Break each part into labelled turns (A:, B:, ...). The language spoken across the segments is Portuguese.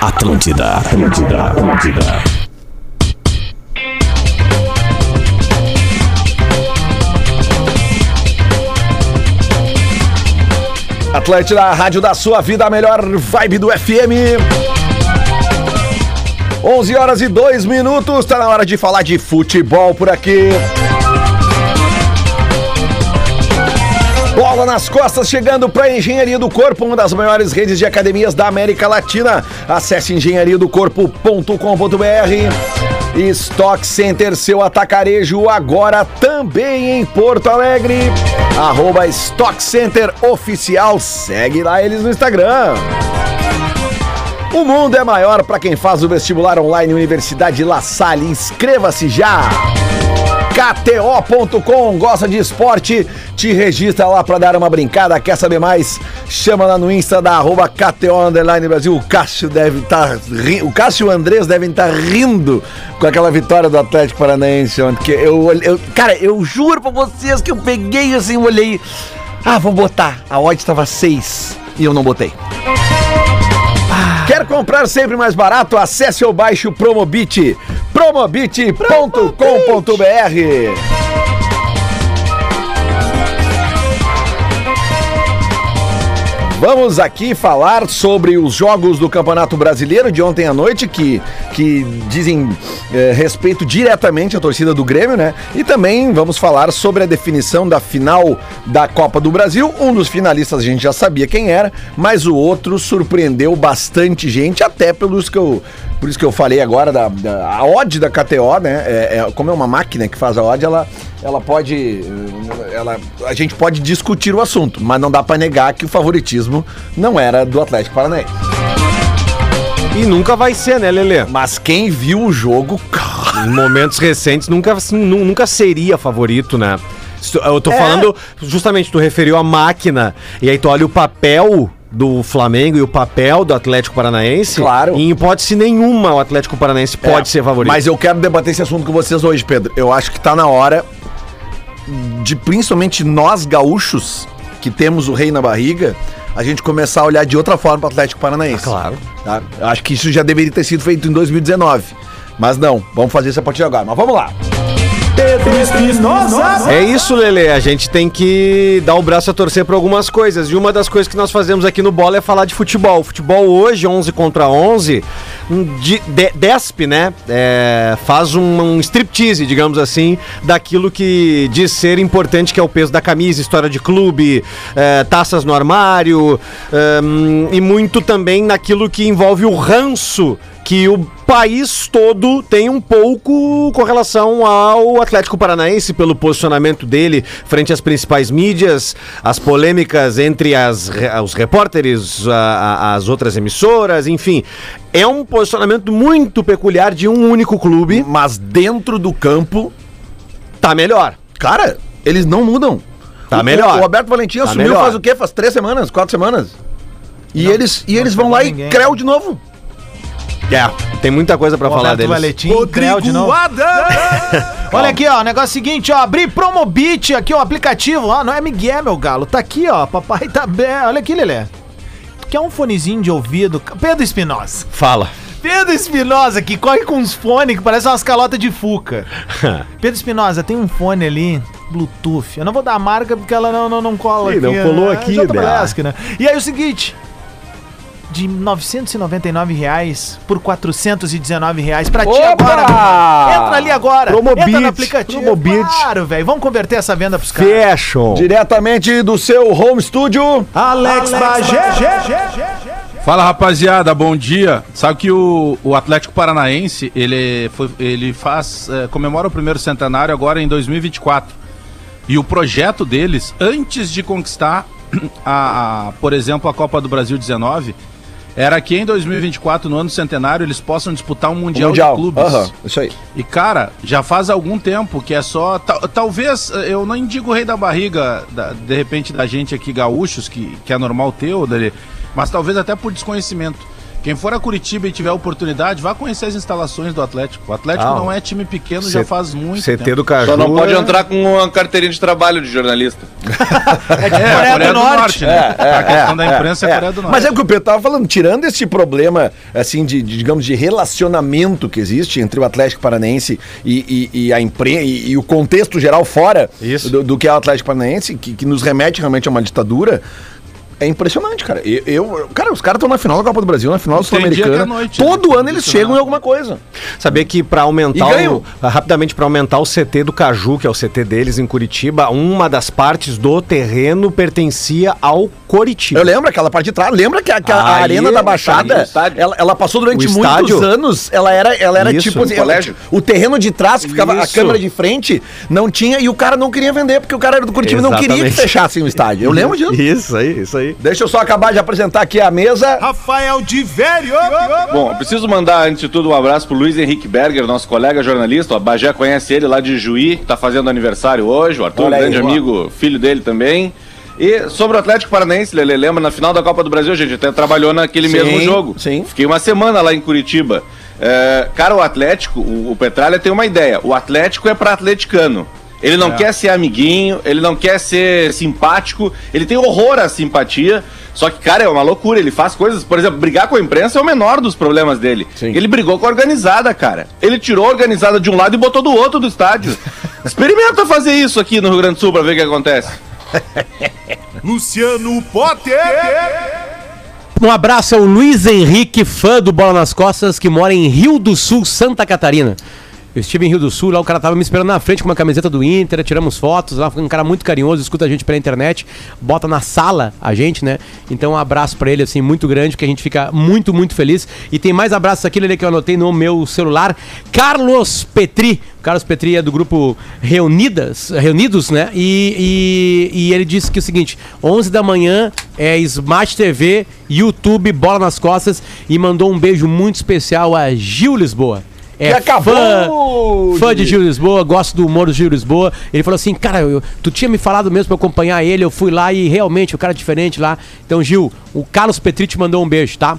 A: Atlântida, Atlântida, Atlântida.
B: Atlântida, a rádio da sua vida, a melhor vibe do FM. 11 horas e 2 minutos, tá na hora de falar de futebol por aqui. Bola nas costas chegando para Engenharia do Corpo, uma das maiores redes de academias da América Latina. Acesse engenhariadocorpo.com.br. Stock Center, seu atacarejo agora também em Porto Alegre. Arroba Stock Center Oficial, segue lá eles no Instagram. O mundo é maior para quem faz o vestibular online Universidade La Salle. Inscreva-se já! KTO.com gosta de esporte? Te registra lá pra dar uma brincada. Quer saber mais? Chama lá no Insta da arroba KTO Underline Brasil. O Cássio deve estar. o Cássio e o Andrés devem estar rindo com aquela vitória do Atlético Paranaense ontem. Que eu, olhei- eu, cara, eu juro pra vocês que eu peguei assim, olhei. Ah, vou botar. A odd tava 6 e eu não botei. Quer comprar sempre mais barato? Acesse ou baixe o Promobit. Promobit.com.br Vamos aqui falar sobre os jogos do Campeonato Brasileiro de ontem à noite, que, que dizem eh, respeito diretamente à torcida do Grêmio, né? E também vamos falar sobre a definição da final da Copa do Brasil. Um dos finalistas a gente já sabia quem era, mas o outro surpreendeu bastante gente, até pelos que eu. Por isso que eu falei agora da, da- a odd da KTO, né? É- é- como é uma máquina que faz a odd, ela, ela pode. eh, Ela, a gente pode discutir o assunto, mas não dá pra negar que o favoritismo não era do Atlético Paranaense.
C: E nunca vai ser, né, Lelê?
B: Mas quem viu o jogo, cara,
C: Em momentos recentes nunca, nu- nunca seria favorito, né? Se tu- Eu tô
B: É.
C: falando, justamente, tu referiu a máquina, e aí tu olha o papel do Flamengo e o papel do Atlético Paranaense.
B: Claro.
C: E em hipótese nenhuma o Atlético Paranaense pode
B: é,
C: ser favorito.
B: Mas eu quero debater esse assunto com vocês hoje, Pedro. Eu acho que tá na hora de principalmente nós gaúchos que temos o rei na barriga, a gente começar a olhar de outra forma pro Atlético Paranaense.
C: Ah, Claro.
B: Tá? Eu acho que isso já deveria ter sido feito em 2019. Mas não, vamos fazer isso a partir de agora. Mas vamos lá.
C: É isso, Lele. A gente tem que dar o braço a torcer para algumas coisas. E uma das coisas que nós fazemos aqui no Bola é falar de futebol. Futebol hoje, 11 contra 11, um de, de- despe, né? É, faz um, um striptease, digamos assim, daquilo que diz ser importante, que é o peso da camisa, história de clube, é, taças no armário hum, e muito também naquilo que envolve o ranço que o país todo tem um pouco com relação ao Atlético Paranaense pelo posicionamento dele frente às principais mídias, as polêmicas entre as, re- os repórteres, a- a- as outras emissoras, enfim. É um posicionamento muito peculiar de um único clube.
B: Mas dentro do campo,
C: Tá melhor.
B: cara, eles não mudam.
C: Tá
B: O-
C: melhor.
B: O Roberto Valentim
C: Tá
B: assumiu
C: melhor.
B: faz o quê? Faz três semanas, quatro semanas. E eles, e eles vão lá e
D: ninguém.
B: creu de novo.
C: É, tem muita coisa pra falar
D: Roberto
C: deles.
D: Valetim, Creu de novo. Olha aqui, ó, o negócio é o seguinte, ó, abri Promobit aqui, o aplicativo, ó, não é Miguel, meu galo, tá aqui, ó, papai tá bem, olha aqui, Lelé. Tu Quer um fonezinho de ouvido? Pedro Espinosa.
C: Fala.
D: Pedro Espinosa, que corre com uns fones que parecem umas calotas de fuca. Pedro Espinosa, tem um fone ali, Bluetooth. Eu não vou dar a marca porque ela não, não, não cola
C: Ih, não colou aqui,
D: né?
C: né?
D: JBLESC, né? E aí o seguinte, de R$ 999 reais por R$ 419 reais pra ti
C: Opa!
D: agora. meu. Entra ali agora.
C: Promobit,
D: Entra no aplicativo.
C: Promobit.
D: Claro, velho. Vamos converter essa venda pros caras.
C: Fashion.
B: Diretamente do seu home studio.
D: Alex,
E: Fala rapaziada, bom dia. Sabe que o, o Atlético Paranaense ele, foi- ele faz eh, comemora o primeiro centenário agora em 2024. E o projeto deles, antes de conquistar, a, a, por exemplo, a Copa do Brasil 19, era que em 2024, no ano centenário, eles possam disputar um mundial, de clubes.
B: Aham, isso aí.
E: E cara, já faz algum tempo que é só. tal- talvez eh, eu não digo o rei da barriga, da- de repente, da gente aqui gaúchos, que, que é normal ter, Odalê, mas talvez até por desconhecimento. Quem for a Curitiba e tiver oportunidade, vá conhecer as instalações do Atlético. O Atlético
C: Ah,
E: não é time pequeno,
C: C-
E: já faz muito
C: CT
E: tempo.
C: do Caju.
F: Só não pode
C: é-
F: entrar com uma carteirinha de trabalho de jornalista.
E: É, a Coreia do Norte, né? a questão da imprensa é,
B: é.
E: a Coreia do Norte.
B: Mas é o que o Pedro tava falando, tirando esse problema, assim, de, de, digamos, de relacionamento que existe entre o Atlético Paranaense e, e- e a imprensa e, e o contexto geral fora
C: Isso.
B: Do, do que é o Atlético Paranaense, que, que nos remete realmente a uma ditadura. É impressionante, cara. Eu, eu- cara, os caras estão na final da Copa do Brasil, na final
E: Tem dia que é
B: sul-americana.
E: noite, né?
B: Todo ano eles chegam em alguma coisa.
C: Saber que pra aumentar
B: E
C: o,
B: ganhou.
C: rapidamente para aumentar o CT do Caju, que é o CT deles em Curitiba, uma das partes do terreno pertencia ao Coritiba.
B: Eu lembro aquela parte de trás, lembra que a, que a
C: Aí,
B: arena da
C: o
B: Baixada,
F: estádio.
B: ela, ela passou durante
C: O
B: muitos
C: estádio?
B: anos, ela era, ela era
C: Isso,
B: tipo
C: um
B: ela-
F: colégio.
B: o terreno de trás que ficava
C: Isso.
B: a câmera de frente não tinha e o cara não queria vender porque o cara era do Curitiba e não queria que
C: Exatamente.
B: fechassem o estádio. Eu lembro disso.
C: Isso aí, isso aí.
B: Deixa eu só acabar de apresentar aqui a mesa.
D: Rafael de Velho.
F: é. Bom, eu preciso mandar, antes de tudo, um abraço pro Luiz Henrique Berger, nosso colega jornalista. O Bagé conhece ele lá de Juí, tá fazendo aniversário hoje. O Arthur,
B: Olha aí,
F: grande
B: ó.
F: amigo, filho dele também. E sobre o Atlético Paranaense, Lele, lembra, na final da Copa do Brasil, a gente até trabalhou naquele
B: Sim,
F: mesmo jogo.
B: sim.
F: Fiquei uma semana lá em Curitiba. É, cara, o Atlético, o, o Petralha tem uma ideia. O Atlético é pra atleticano. Ele
B: É.
F: não quer ser amiguinho, ele não quer ser simpático, ele tem horror à simpatia. Só que, cara, é uma loucura. Ele faz coisas, por exemplo, brigar com a imprensa é o menor dos problemas dele.
B: Sim.
F: Ele brigou com a organizada, cara. Ele tirou a organizada de um lado e botou do outro do estádio. Experimenta fazer isso aqui no Rio Grande do Sul pra ver o que acontece.
G: Luciano Potter.
H: Um abraço ao Luiz Henrique, fã do Bola nas Costas, que mora em Rio do Sul, Santa Catarina. Eu estive em Rio do Sul, lá o cara tava me esperando na frente com uma camiseta do Inter, tiramos fotos, lá foi um cara muito carinhoso, escuta a gente pela internet, bota na sala a gente, né? Então um abraço pra ele, assim, muito grande, que a gente fica muito, muito feliz. E tem mais abraços aqui, Lele, que eu anotei no meu celular. Carlos Petri, Carlos Petri é do grupo Reunidas, Reunidos, né? E, e- e ele disse que é o seguinte: 11 da manhã é Smart TV, YouTube, bola nas costas e mandou um beijo muito especial a Gil Lisboa. É
B: Que acabou
H: fã, fã de
B: de-
H: Gil Lisboa, gosto do humor do Gil Lisboa. Ele falou assim: Cara, eu- tu tinha me falado mesmo pra eu acompanhar ele. Eu fui lá e realmente o cara é diferente lá. Então, Gil, o Carlos Petri te mandou um beijo, tá?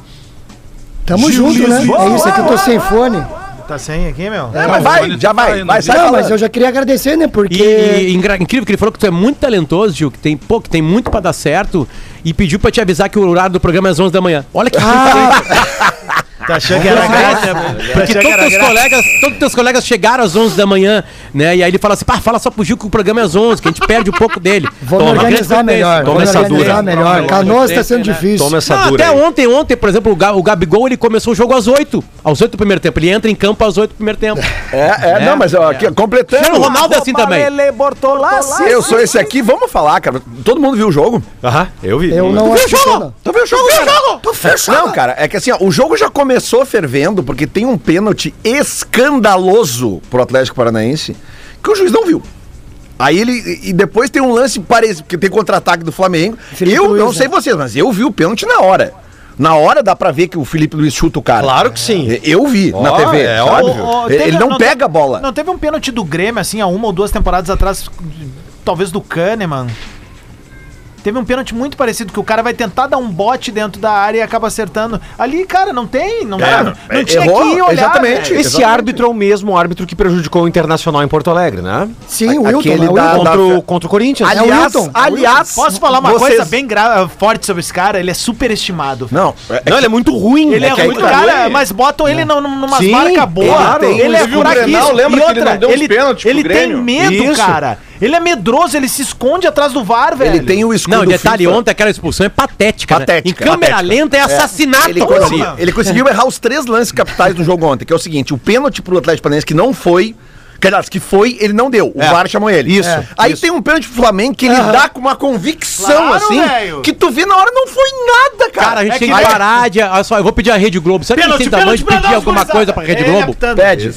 I: Tamo junto, né? É isso, é que eu tô sem fone.
D: Tá sem aqui, meu?
B: É,
E: Não,
B: mas
E: o
B: vai,
E: Johnny
B: já
E: tá
B: vai,
E: indo.
B: vai, sai
I: Não,
B: falando.
I: mas eu já queria agradecer, né?
H: E,
I: Porque.
H: e engra- incrível que ele falou que tu é muito talentoso, Gil, que tem, pô, que tem muito pra dar certo e pediu pra te avisar que o horário do programa é às 11 da manhã. Olha que coincidência,
I: Ah!
D: Tá achando que era graça?
I: né? Tá
H: porque todos teus colegas, todos teus colegas chegaram às 11 da manhã, né? E aí ele fala assim: "Pá, fala só pro Gil que o programa é às 11, que a gente perde um pouco dele".
I: Vou me
H: Toma,
I: organizar
H: grande
I: melhor. Vou
H: coincidência.
I: me
C: essa
I: organizar
C: dura.
I: melhor. Canoas tá
H: né?
I: sendo difícil.
C: Toma essa
H: Não,
C: dura.
H: até
C: aí.
H: ontem, ontem, por exemplo, o Ga- o Gabigol ele começou o jogo às 8, às 8 do primeiro tempo. Ele entra em campo às 8 do primeiro tempo.
B: É, é, não, mas ó, aqui, ó, completando.
H: Cristiano Ronaldo é assim também.
D: Lele Bortolassi.
B: Eu sou esse aqui, vamos falar, cara. Todo mundo viu o jogo?
C: Aham, eu vi.
I: Eu não assisti, não.
B: Tu viu o jogo, cara? Tu fechou. Não, cara, é que assim, ó, o jogo já começou fervendo, porque tem um pênalti escandaloso pro Atlético Paranaense que o juiz não viu. Aí ele. E depois tem um lance parecido, porque tem contra-ataque do Flamengo.
I: Felipe
B: eu
I: Luiz,
B: não
I: né?
B: sei vocês, mas eu vi o pênalti na hora. Na hora dá pra ver que o Felipe Luiz chuta o cara.
C: Claro que sim.
B: E- Eu vi na
C: Ó,
B: TV.
C: é
B: sabe?
C: óbvio.
D: Ó, ó,
B: Ele-
D: teve-
B: ele não,
D: te-
B: pega a bola.
D: Não teve um pênalti do Grêmio, assim, há uma ou duas temporadas atrás, talvez do Kahneman. Teve um pênalti muito parecido, que o cara vai tentar dar um bote dentro da área e acaba acertando. Ali, cara, não tem, não, não,
B: é,
D: tinha
B: errou,
D: que ir olhar.
B: exatamente.
D: velho.
C: Esse árbitro é o mesmo árbitro que prejudicou o Internacional em Porto Alegre, né?
I: Sim, o
B: Aquele
I: Wilton. né? O
B: da-
I: Wilton.
C: Contra,
B: da-
C: o, contra é o Corinthians.
I: Ali-
B: Aliás,
I: Wilton.
B: aliás.
D: Posso falar uma
B: vocês-
D: coisa bem gra- forte sobre esse cara? Ele é superestimado. velho.
B: Não, é,
C: Não, ele é muito ruim.
D: Ele é,
C: que aí
D: muito
C: tá-
D: cara, mas botam ele num- numas
C: Sim,
D: marcas boas.
C: claro.
D: ele é
F: Inclusive,
D: fraquíssimo.
F: o um Grenal, lembra
D: E
F: que ele não deu uns
D: ele,
F: pênaltis pro
D: ele tem
F: Grêmio?
D: medo,
C: Isso.
D: cara. Ele é medroso, ele se esconde atrás do VAR, velho.
B: ele tem o escudo.
H: Não, detalhe,
B: FIFA.
H: ontem aquela expulsão é patética. né?
B: Patética,
H: Em câmera
B: patética.
H: lenta é assassinato.
B: Ele conseguiu, ele conseguiu errar os três lances capitais do jogo ontem, que é o seguinte: o pênalti pro Atlético Paranaense que não foi. Que, aliás, que foi, ele não deu. O VAR chamou ele.
C: Isso,
B: É. Aí tem um pênalti pro Flamengo que ele dá com uma convicção,
D: Claro,
B: assim,
D: velho.
B: que tu vê na hora não foi nada, cara.
H: Cara, a gente
D: É
H: tem
D: que
H: que
D: nem-
H: parar de. Olha só, eu vou pedir a Rede Globo. Será que eles têm tamanho de pedir alguma coisa pra Rede Globo?
B: Pede.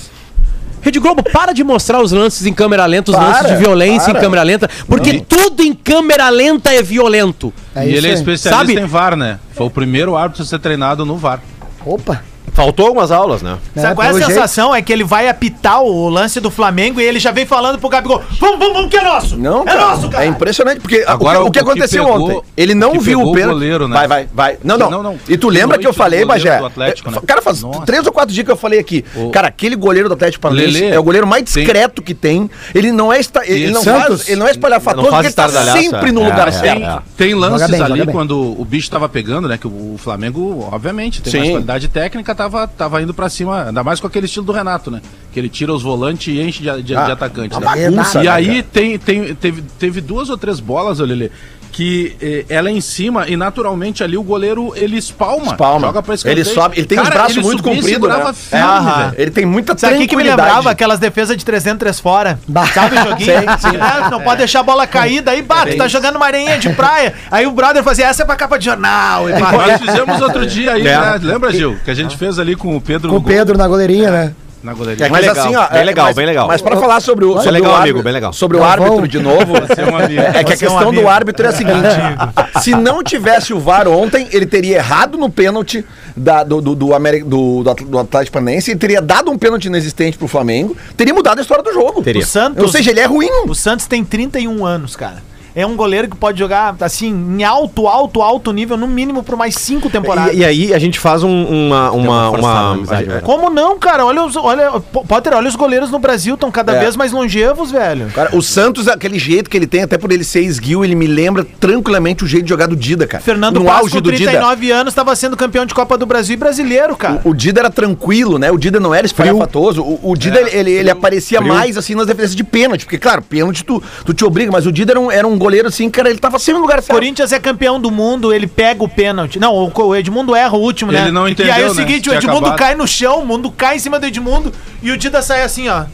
H: Rede Globo, para de mostrar os lances em câmera lenta, os
B: Para,
H: lances de violência
B: para.
H: em câmera lenta, porque tudo em câmera lenta é violento.
I: É
E: e
I: isso
E: ele é
I: aí.
E: especialista
H: Sabe?
E: em VAR, né? Foi o primeiro árbitro a ser treinado no VAR.
I: Opa.
C: Faltou algumas aulas, né?
D: Sabe qual é a sensação? É que ele vai apitar o lance do Flamengo e ele já vem falando pro Gabigol: vamos, vamos, vamos, que é nosso!
B: Não,
D: é
B: cara,
D: nosso, cara!
B: é impressionante, porque a-
E: Agora,
B: o, que, o que
E: o que
B: aconteceu
E: pegou-
B: ontem? Ele não
E: o que
B: viu
E: pegou
B: o
E: o
B: pênalti.
E: goleiro, né?
B: Vai, vai, vai. Não, não.
E: Não, não.
B: E tu lembra que eu
E: Noite,
B: falei,
E: o goleiro
B: Bagé?
E: do Atlético,
B: é,
E: né?
B: Cara, faz
E: Nossa.
B: três ou quatro dias que eu falei aqui. Cara, aquele goleiro do Atlético Paranaense
E: Lelê.
B: é o goleiro mais discreto que tem. Ele não é, esta, ele
E: Isso.
B: não faz,
I: Santos.
B: ele não é espalhafatoso,
C: Não faz
B: porque ele tá
C: estardalhaça,
B: sempre no
C: é,
B: lugar
C: é,
B: certo.
C: é.
E: Tem lances
I: bem, joga
E: ali
I: bem.
E: quando o bicho tava pegando, né? Que o Flamengo, obviamente, tem
B: Sim.
E: mais qualidade técnica, tava, tava indo pra cima, ainda mais com aquele estilo do Renato, né? Que ele tira os volantes e enche de, de, de atacante. né?
B: Ah, bagunça,
E: e
B: né,
E: aí
B: cara?
E: tem, tem- teve, teve duas ou três bolas, ô Lelê, que eh, ela é em cima e naturalmente ali o goleiro ele espalma.
B: Espalma.
E: Joga pra
B: Ele sobe, ele tem os braços muito compridos, né?
E: Filme,
B: É,
E: velho.
B: Ele tem muita
D: Sabe o que, que me lembrava?
B: tranquilidade.
D: Aquelas defesas de 303 fora. Sabe o joguinho? É, não pode deixar a bola cair, daí bate,
B: É
D: tá jogando uma areinha de praia. Aí o brother fazia, essa é pra capa de jornal.
B: É
D: E pá.
E: Nós fizemos outro dia aí, né? Lembra, Gil? Que a gente fez ali com o Pedro
I: Com
E: no
I: o
E: gol,
I: Pedro na goleirinha, né?
E: na goleria.
B: mas
C: legal,
B: assim, ó,
C: bem
B: é,
C: legal,
B: mas-
C: bem legal.
B: Mas pra falar sobre o, sobre
C: legal,
B: o
C: amigo,
B: árbitro-
C: bem legal.
B: Sobre o
I: Galvão.
B: árbitro de novo,
E: Você é um amigo.
B: É que a
D: Você é um
B: questão do
D: amigo.
B: árbitro é a seguinte: se não tivesse o VAR ontem, ele teria errado no pênalti da- do, do, do, Ameri- do- do Atl- do Atlético Paranaense, ele teria dado um pênalti inexistente pro Flamengo, teria mudado a história do jogo.
C: Teria.
D: O Santos-
B: Ou seja, ele é ruim.
D: O Santos tem 31 anos, cara. É um goleiro que pode jogar, assim, em alto, alto, alto nível, no mínimo por mais cinco temporadas.
C: E, e aí a gente faz um- uma. uma,
H: Deu uma forçada na
C: uma, né?
H: amizade, velho.
D: Como não, cara? Olha, os, olha, P- Potter, olha os goleiros no Brasil, estão cada
B: É.
D: vez mais longevos, velho.
B: Cara, o Santos, aquele jeito que ele tem, até por ele ser esguio, ele me lembra tranquilamente o jeito de jogar do Dida, cara.
D: Fernando
B: no
D: Paz,
B: auge
D: com
B: do Dida.
D: 39 anos, estava sendo campeão de Copa do Brasil e brasileiro, cara.
B: O Dida era tranquilo, né? O Dida não era espalhafatoso. O, o Dida,
D: É,
B: ele, ele, ele aparecia mais, assim, nas defesas de pênalti. Porque, claro, pênalti tu, tu te obriga, mas o Dida era um, era um goleiro, assim, cara, ele tava sempre no lugar
D: O
B: certo.
D: Corinthians é campeão do mundo, ele pega o pênalti. Não, o Co- o Edmundo erra o último, né?
E: Ele não
D: E
E: entendeu,
D: aí é o
E: né?
D: seguinte, o
E: Tinha
D: Edmundo
E: acabado.
D: cai no chão, o mundo cai em cima do Edmundo e o Dida sai assim, ó.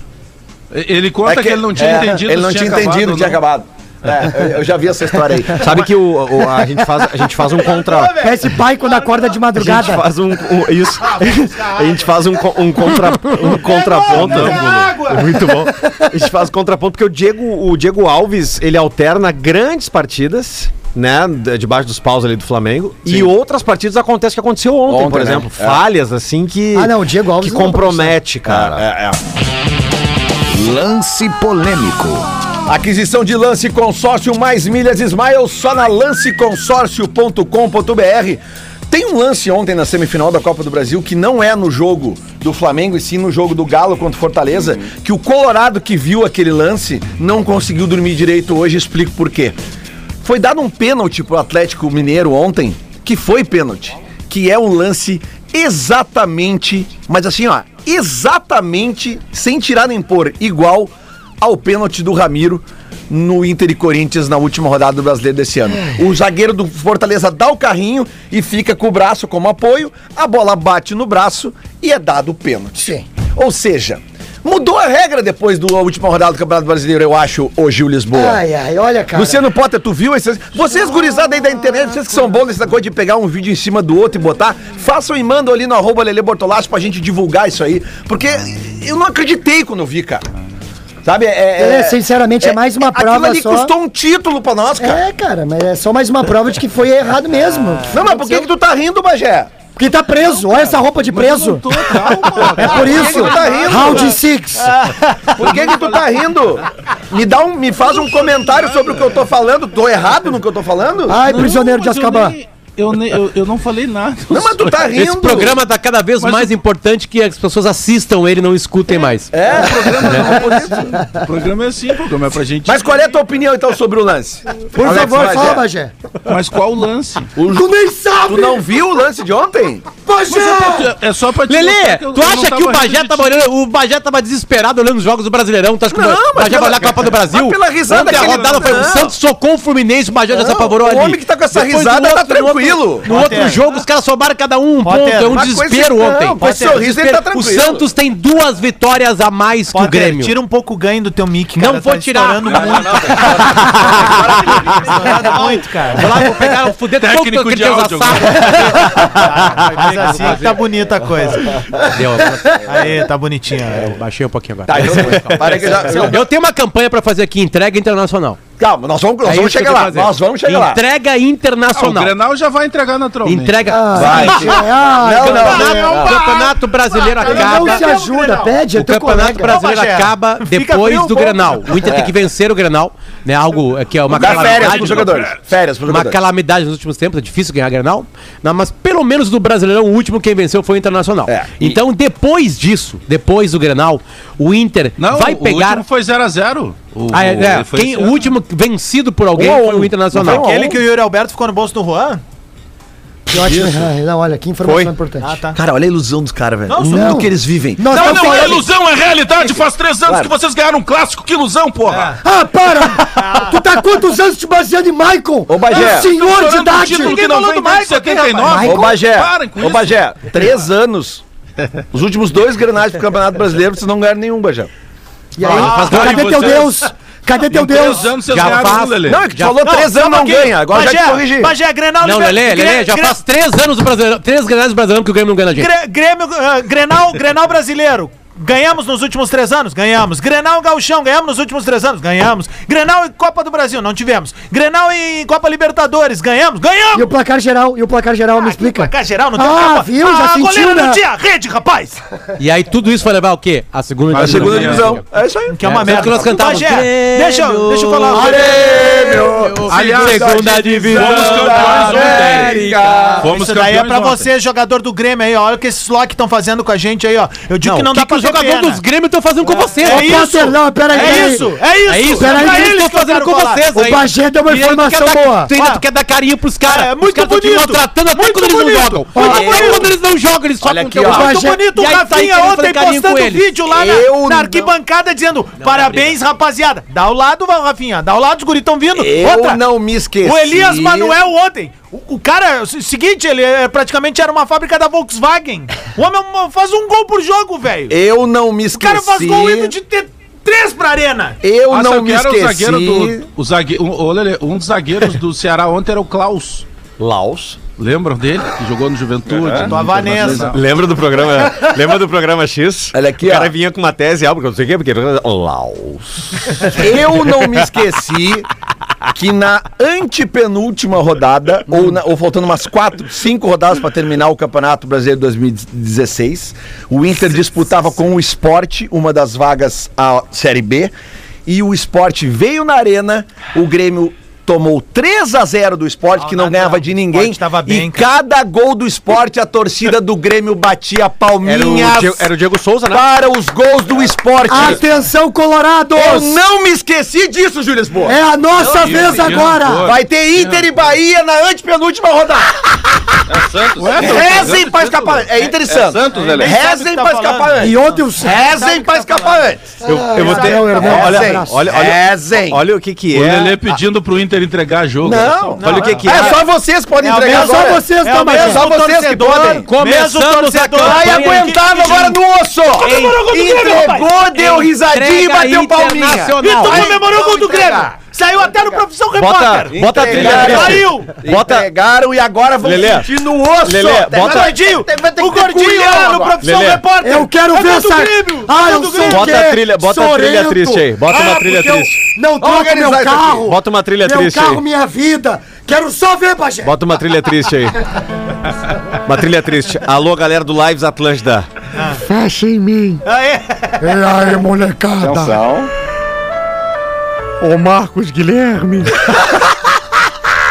E: Ele conta que, ele não tinha
B: é,
E: entendido.
B: Ele não
E: se
B: tinha entendido,
E: ou
B: tinha
E: não.
B: acabado. É, eu, eu já vi essa história aí.
C: Sabe que o, o- a, gente faz, a gente faz um contra.
I: Parece pai quando acorda de
C: A gente
I: madrugada.
C: faz um, um- isso. A gente faz um, co- um, contra, um contraponto.
D: Pega água!
C: É Muito bom. A gente faz contraponto porque o Diego, o Diego Alves, ele alterna grandes partidas, né, de- debaixo dos paus ali do Flamengo, e outras partidas acontece o que aconteceu ontem,
B: Ontem,
C: por
B: né?
C: exemplo,
B: É.
C: falhas assim que
I: Ah, não, o Diego Alves
C: que
I: não é uma
C: compromete, cara.
B: É,
A: Lance polêmico.
B: Aquisição de lance consórcio mais milhas Ismael só na lanceconsórcio.com.br. Tem um lance ontem na semifinal da Copa do Brasil que não é no jogo do Flamengo e sim no jogo do Galo contra o Fortaleza, que o Colorado que viu aquele lance não conseguiu dormir direito hoje, explico por quê. Foi dado um pênalti pro Atlético Mineiro ontem, que foi pênalti, que é um lance exatamente, mas assim, ó, exatamente, sem tirar nem pôr, igual ao pênalti do Ramiro no Inter e Corinthians na última rodada do Brasileiro desse ano. O zagueiro do Fortaleza dá o carrinho e fica com o braço como apoio, a bola bate no braço e é dado o pênalti.
I: Sim.
B: Ou seja, mudou a regra depois da última rodada do Campeonato Brasileiro, eu acho, ô Gil Lisboa.
J: Ah,
I: Ai, ai, olha, cara.
B: Luciano Potter, tu viu esses. Vocês, gurizada aí da internet, vocês que são bons nessa coisa de pegar um vídeo em cima do outro e botar, façam e mandam ali no arroba Lele Bortolassi pra gente divulgar isso aí. Porque eu não acreditei quando eu vi, cara. Sabe? É,
I: É, sinceramente, é mais uma
B: Aquilo
I: prova
B: ali
I: só.
B: custou um título pra nós, cara.
I: É, cara, mas é só mais uma prova de que foi errado mesmo.
B: Não, mas por que, que tu tá rindo, Bagé?
I: Porque tá preso, olha essa roupa de preso. É por isso.
B: Ele tá rindo. Ah.
I: Round 6.
B: Por que, que tu tá rindo? Me dá um. Me faz um comentário sobre o que eu tô falando. Tô errado no que eu tô falando?
I: Ai,
E: Não,
I: prisioneiro de
E: mas eu
I: Azkaban.
E: nem- Eu, nem- eu, eu não falei nada.
B: Não, mas tu tá rindo.
H: Esse programa tá cada vez
E: Mas
H: mais importante que as pessoas assistam ele e não escutem mais.
B: É.
E: O programa é assim, o programa é pra gente.
B: Mas qual é a tua opinião então sobre o lance?
I: Por
B: Alex
I: favor,
B: Bagé.
I: fala, Bagé.
E: Mas qual o lance?
I: Tu nem sabe!
B: Tu não viu o lance de ontem?
E: É só pra te
H: Lelê,
E: mostrar que eu-
H: tu
E: eu não
H: acha
E: tava
H: que o
E: rindo
H: Bagé
E: de
H: tava
E: ti.
H: olhando, o Bagé tava desesperado olhando os jogos do Brasileirão, tu acha que
B: Não,
H: o
B: mas
H: Bagé vai
B: pela-
H: olhar a Copa do Brasil?
B: mas pela risada
H: Ontem a
B: que ele-
H: rodada foi, o
B: Não.
H: Santos socou o Fluminense, o Bagé já se
B: Não,
H: apavorou
B: o
H: ali.
B: homem que tá com essa
H: no
B: risada tá
H: no outro-
B: tranquilo.
H: No outro
D: Potter.
H: jogo, os caras somaram cada um um
D: Potter,
H: ponto, é um
B: mas com
H: desespero
B: esse-
H: ontem.
B: não, com esse
H: Potter,
B: sorriso ele tá
H: desespero.
B: tranquilo.
H: O Santos tem duas vitórias a mais que o
D: Potter,
H: Grêmio.
D: Tira um pouco o ganho do teu mic,
H: Não
D: cara.
H: vou tirar.
D: estourando
H: Não,
D: muito. Estourando muito, cara.
H: Vai lá, vou pegar, fuder todo
E: Técnico
H: aquele
E: de
H: Deus
E: áudio
H: assado.
D: Mas assim que tá bonita a coisa. Aí, tá bonitinha. velho.
H: é, Baixei um pouquinho agora.
B: Tá, então, para que eu já, eu-
H: Eu tenho uma campanha pra fazer aqui, entrega internacional.
B: Calma, nós vamos, nós
H: É
B: vamos
H: isso que
B: chegar
H: eu tô
B: lá.
H: fazendo.
B: Nós vamos chegar lá.
H: Entrega
E: Ah, o
H: internacional.
E: Grenal já vai entregar naturalmente.
H: Entrega.
I: Ah,
B: Vai.
I: ah,
B: Não, não,
H: campeonato,
B: não.
H: campeonato brasileiro
I: Ele não se
H: acaba.
I: ajuda, pede, é
H: O
I: teu
H: campeonato
I: colega.
H: brasileiro
D: Bagé.
H: acaba
D: Fica
H: depois
D: frio,
H: do
D: bom.
H: Grenal. O Inter tem que vencer o Grenal, né? Algo que é uma
B: Dá férias
H: calamidade.
B: pros jogadores. Férias pros
H: Uma
B: jogadores.
H: calamidade nos últimos tempos, é difícil ganhar Grenal, né? mas pelo menos do Brasileirão, o último quem venceu foi o Internacional.
B: É, e-
H: Então, depois disso, depois do Grenal, o Inter
E: Não,
H: vai
E: o
H: pegar.
E: último foi 0x0. O,
H: Ah, é,
E: o-
H: é,
E: foi
H: quem-
E: esse
H: o
E: ano.
H: último vencido por alguém
B: Um a um.
H: foi o
B: Não foi
H: Internacional.
B: um a um.
D: Aquele que o Yuri Alberto ficou no bolso do Juan?
I: Que ótimo. Ah, Não, olha, que informação importante.
J: Ah,
D: tá.
B: Cara, olha a ilusão dos caras, velho. O
D: Não, sou-
B: mundo
I: não. tá
B: que eles vivem.
I: Nós
E: Não,
I: estamos
E: não, é
I: falando...
E: ilusão, é realidade. Faz três anos
B: Claro.
E: que vocês ganharam um clássico. Que ilusão, porra.
I: Ah, para! tu tá há quantos anos te baseando em Maicon?
B: Ô, Bagé.
I: É um senhor de idade!
E: que não vem desde 79.
B: Ô Bagé,
E: Parem com
B: ô
E: isso.
B: Bagé, três anos. Os últimos dois grenais pro Campeonato Brasileiro, vocês não ganharam nenhum, Bagé.
I: E aí,
E: Ah, faz
I: cadê
E: gol em
I: teu
E: vocês.
I: Deus? Cadê teu
E: Em três
I: Deus?
E: anos vocês
H: Já
E: ganharam
H: faz-
E: um, Lelê.
B: Não, é que tu falou três
D: calma
B: anos não
D: aqui.
B: ganha. Agora já te
D: Bagé,
B: corrigi.
D: Bagé, Grenal...
H: Não,
D: liber-
H: Lelê, Lelê,
D: Gre-
H: já
D: Gre-
H: faz três anos do Brasileirão, três Grenais do Brasileirão que o Grêmio não ganha na gente.
D: Gre- Grêmio, ah, Grenal, Grenal brasileiro. Ganhamos nos últimos três anos? Ganhamos. Grenal e Gauchão, ganhamos nos últimos três anos? Ganhamos. Grenal e Copa do Brasil, não tivemos. Grenal e Copa Libertadores, ganhamos? Ganhamos!
I: E o placar geral, e o placar geral, me
D: Ah,
I: explica.
D: que placar geral, não tem
I: Ah,
D: acaba-
I: viu? Já
D: Ah,
I: sentiu,
D: goleiro
I: né?
D: não tinha rede, rapaz!
H: E aí tudo isso vai levar o quê? A segunda
B: A segunda
E: Não,
B: divisão. É isso aí.
D: Que é
K: Tá
D: uma
H: É,
D: merda.
H: tanto que nós cantávamos,
D: Bagé, deixa, eu- deixa eu falar.
E: Aliás,
H: segunda divisão.
E: fomos campeões ontem. Fomos
D: Isso daí é pra
E: ontem.
D: você, jogador do Grêmio aí, ó. Olha o que esses lock estão fazendo com a gente aí, ó. Eu digo
H: Não,
D: que não
H: o que,
D: dá
H: que
D: pra
H: os jogadores
D: pena.
H: dos Grêmio estão fazendo com vocês?
D: É
H: Ó,
D: isso,
I: Potter, não, peraí,
D: É
I: peraí.
D: isso, é isso.
H: É isso,
I: Peraí,
D: pra
I: que eles
H: eles estão
D: que eu
H: fazendo
D: quero
H: com
D: falar.
H: vocês
I: O
H: aí.
I: Bagé deu uma
H: E aí tu
I: informação
H: quer dar-
I: boa.
H: Tu ainda tu quer dar carinho pros caras.
D: É,
H: Os
D: muito
H: caras tão te
D: bonito.
H: maltratando até
D: Muito
H: quando eles não
D: bonito.
H: jogam.
D: Muito
H: Até
D: bonito.
H: quando eles não jogam, eles só
B: Olha
H: com
B: aqui,
H: teu
B: ó.
H: jogo.
D: Muito
I: Bagé-
D: bonito o
H: E aí tá aí
D: Rafinha
H: querendo
D: ontem
H: fazer carinho
D: postando
H: com eles.
D: vídeo lá na,
B: Eu
D: na
B: não-
D: arquibancada dizendo parabéns, rapaziada. Dá o lado, vai, Rafinha. Dá o lado, os guris estão vindo.
B: Eu não me esqueci.
D: O Elias Manuel ontem. O, o cara, o seguinte, ele é, praticamente era uma fábrica da Volkswagen. O homem faz um gol por jogo, velho.
B: Eu não me
D: O cara faz
B: esqueci.
D: gol indo de ter três pra arena.
B: Eu
E: Ah, sabe
B: não
E: o
B: me
E: que era o zagueiro
B: esqueci.
E: do. O zague... o- ô, Lelê, um dos zagueiros do Ceará ontem era o Klaus.
B: Laos.
E: Lembram dele? Que jogou no Juventude.
C: Tá
E: no
D: Tua Vanessa.
E: Internacional.
C: Lembra do programa? lembra do programa X?
B: Olha aqui,
C: o cara
B: ó.
C: vinha com uma tese e algo que eu não sei o quê, porque. Laos.
B: Eu não me esqueci que na antepenúltima rodada, ou, na- ou faltando umas quatro, cinco rodadas para terminar o Campeonato Brasileiro 2016, o Inter disputava com o Sport uma das vagas à Série B, e o Sport veio na arena, o Grêmio tomou 3 a 0 do esporte, que não
D: nada,
B: ganhava de
D: o
B: ninguém.
D: Sport tava bem,
B: e cada gol do esporte, a torcida do Grêmio batia palminhas
C: Diego Souza,
B: para os gols do esporte.
I: Atenção, Colorados!
B: Eu não me esqueci disso, Júlio Lisboa.
I: É a nossa vez agora!
B: Vai ter Inter e Bahia na antepenúltima rodada.
F: Santos.
I: tá
B: Rezem pra escapar. É Inter e Santos.
F: Santos, Lelê.
B: Rezem pra escapar antes.
I: E ontem o Santos. tá
B: Rezem pra escapar antes.
C: Eu, eu vou ter.
I: Isabel Hernandes,
C: olha,
I: um
C: olha,
I: abraço.
C: olha, olha,
B: Rezem.
C: olha o que que
E: O
C: é.
E: Lelê pedindo pro Inter entregar jogo.
B: Não.
C: Olha o que que é.
B: É só vocês que podem entregar
I: mesmo-
B: agora.
I: só vocês,
B: É
I: tá,
B: o
I: Bagé?
B: mesmo só vocês que podem.
H: Começamos a
B: Vai aguentando agora no osso.
H: Comemorou
D: contra o Grêmio,
B: Entregou, deu risadinha e
H: Entrega
B: bateu palminha.
H: Internacional.
D: E tu
B: Vai,
D: comemorou o gol do
B: então, entregar.
D: Grêmio. Saiu até no Profissão
C: Bota,
D: Repórter.
C: bota a trilha
B: Entregaram.
C: triste.
D: Saiu.
B: Entregaram e agora vão
C: Lelê.
B: sentir no osso.
C: Lelê, bota-
D: Gordinho, o Gordinho lá no
B: Gordinho.
D: Profissão
C: Lelê,
D: Repórter.
I: Eu quero
D: É
I: ver
D: do
I: essa.
D: Grêmio.
I: Ah,
D: É
I: eu
D: do
I: sei o
D: Grêmio.
C: Bota
I: que é.
C: a trilha- bota a trilha
I: Sorento.
C: triste aí, bota uma
I: Ah,
C: trilha
I: porque eu
C: triste.
I: Não troco
B: organizar
I: meu
B: isso aqui.
I: carro.
C: Bota uma trilha
I: meu
C: triste aí.
I: carro, minha vida. Quero só ver, Bagé.
C: Bota uma trilha triste aí. Uma trilha triste. Alô, galera do Lives Atlântida.
I: Fecha em mim.
D: Ah, é?
I: E aí, molecada.
F: Atenção.
I: Ô, Marcos Guilherme.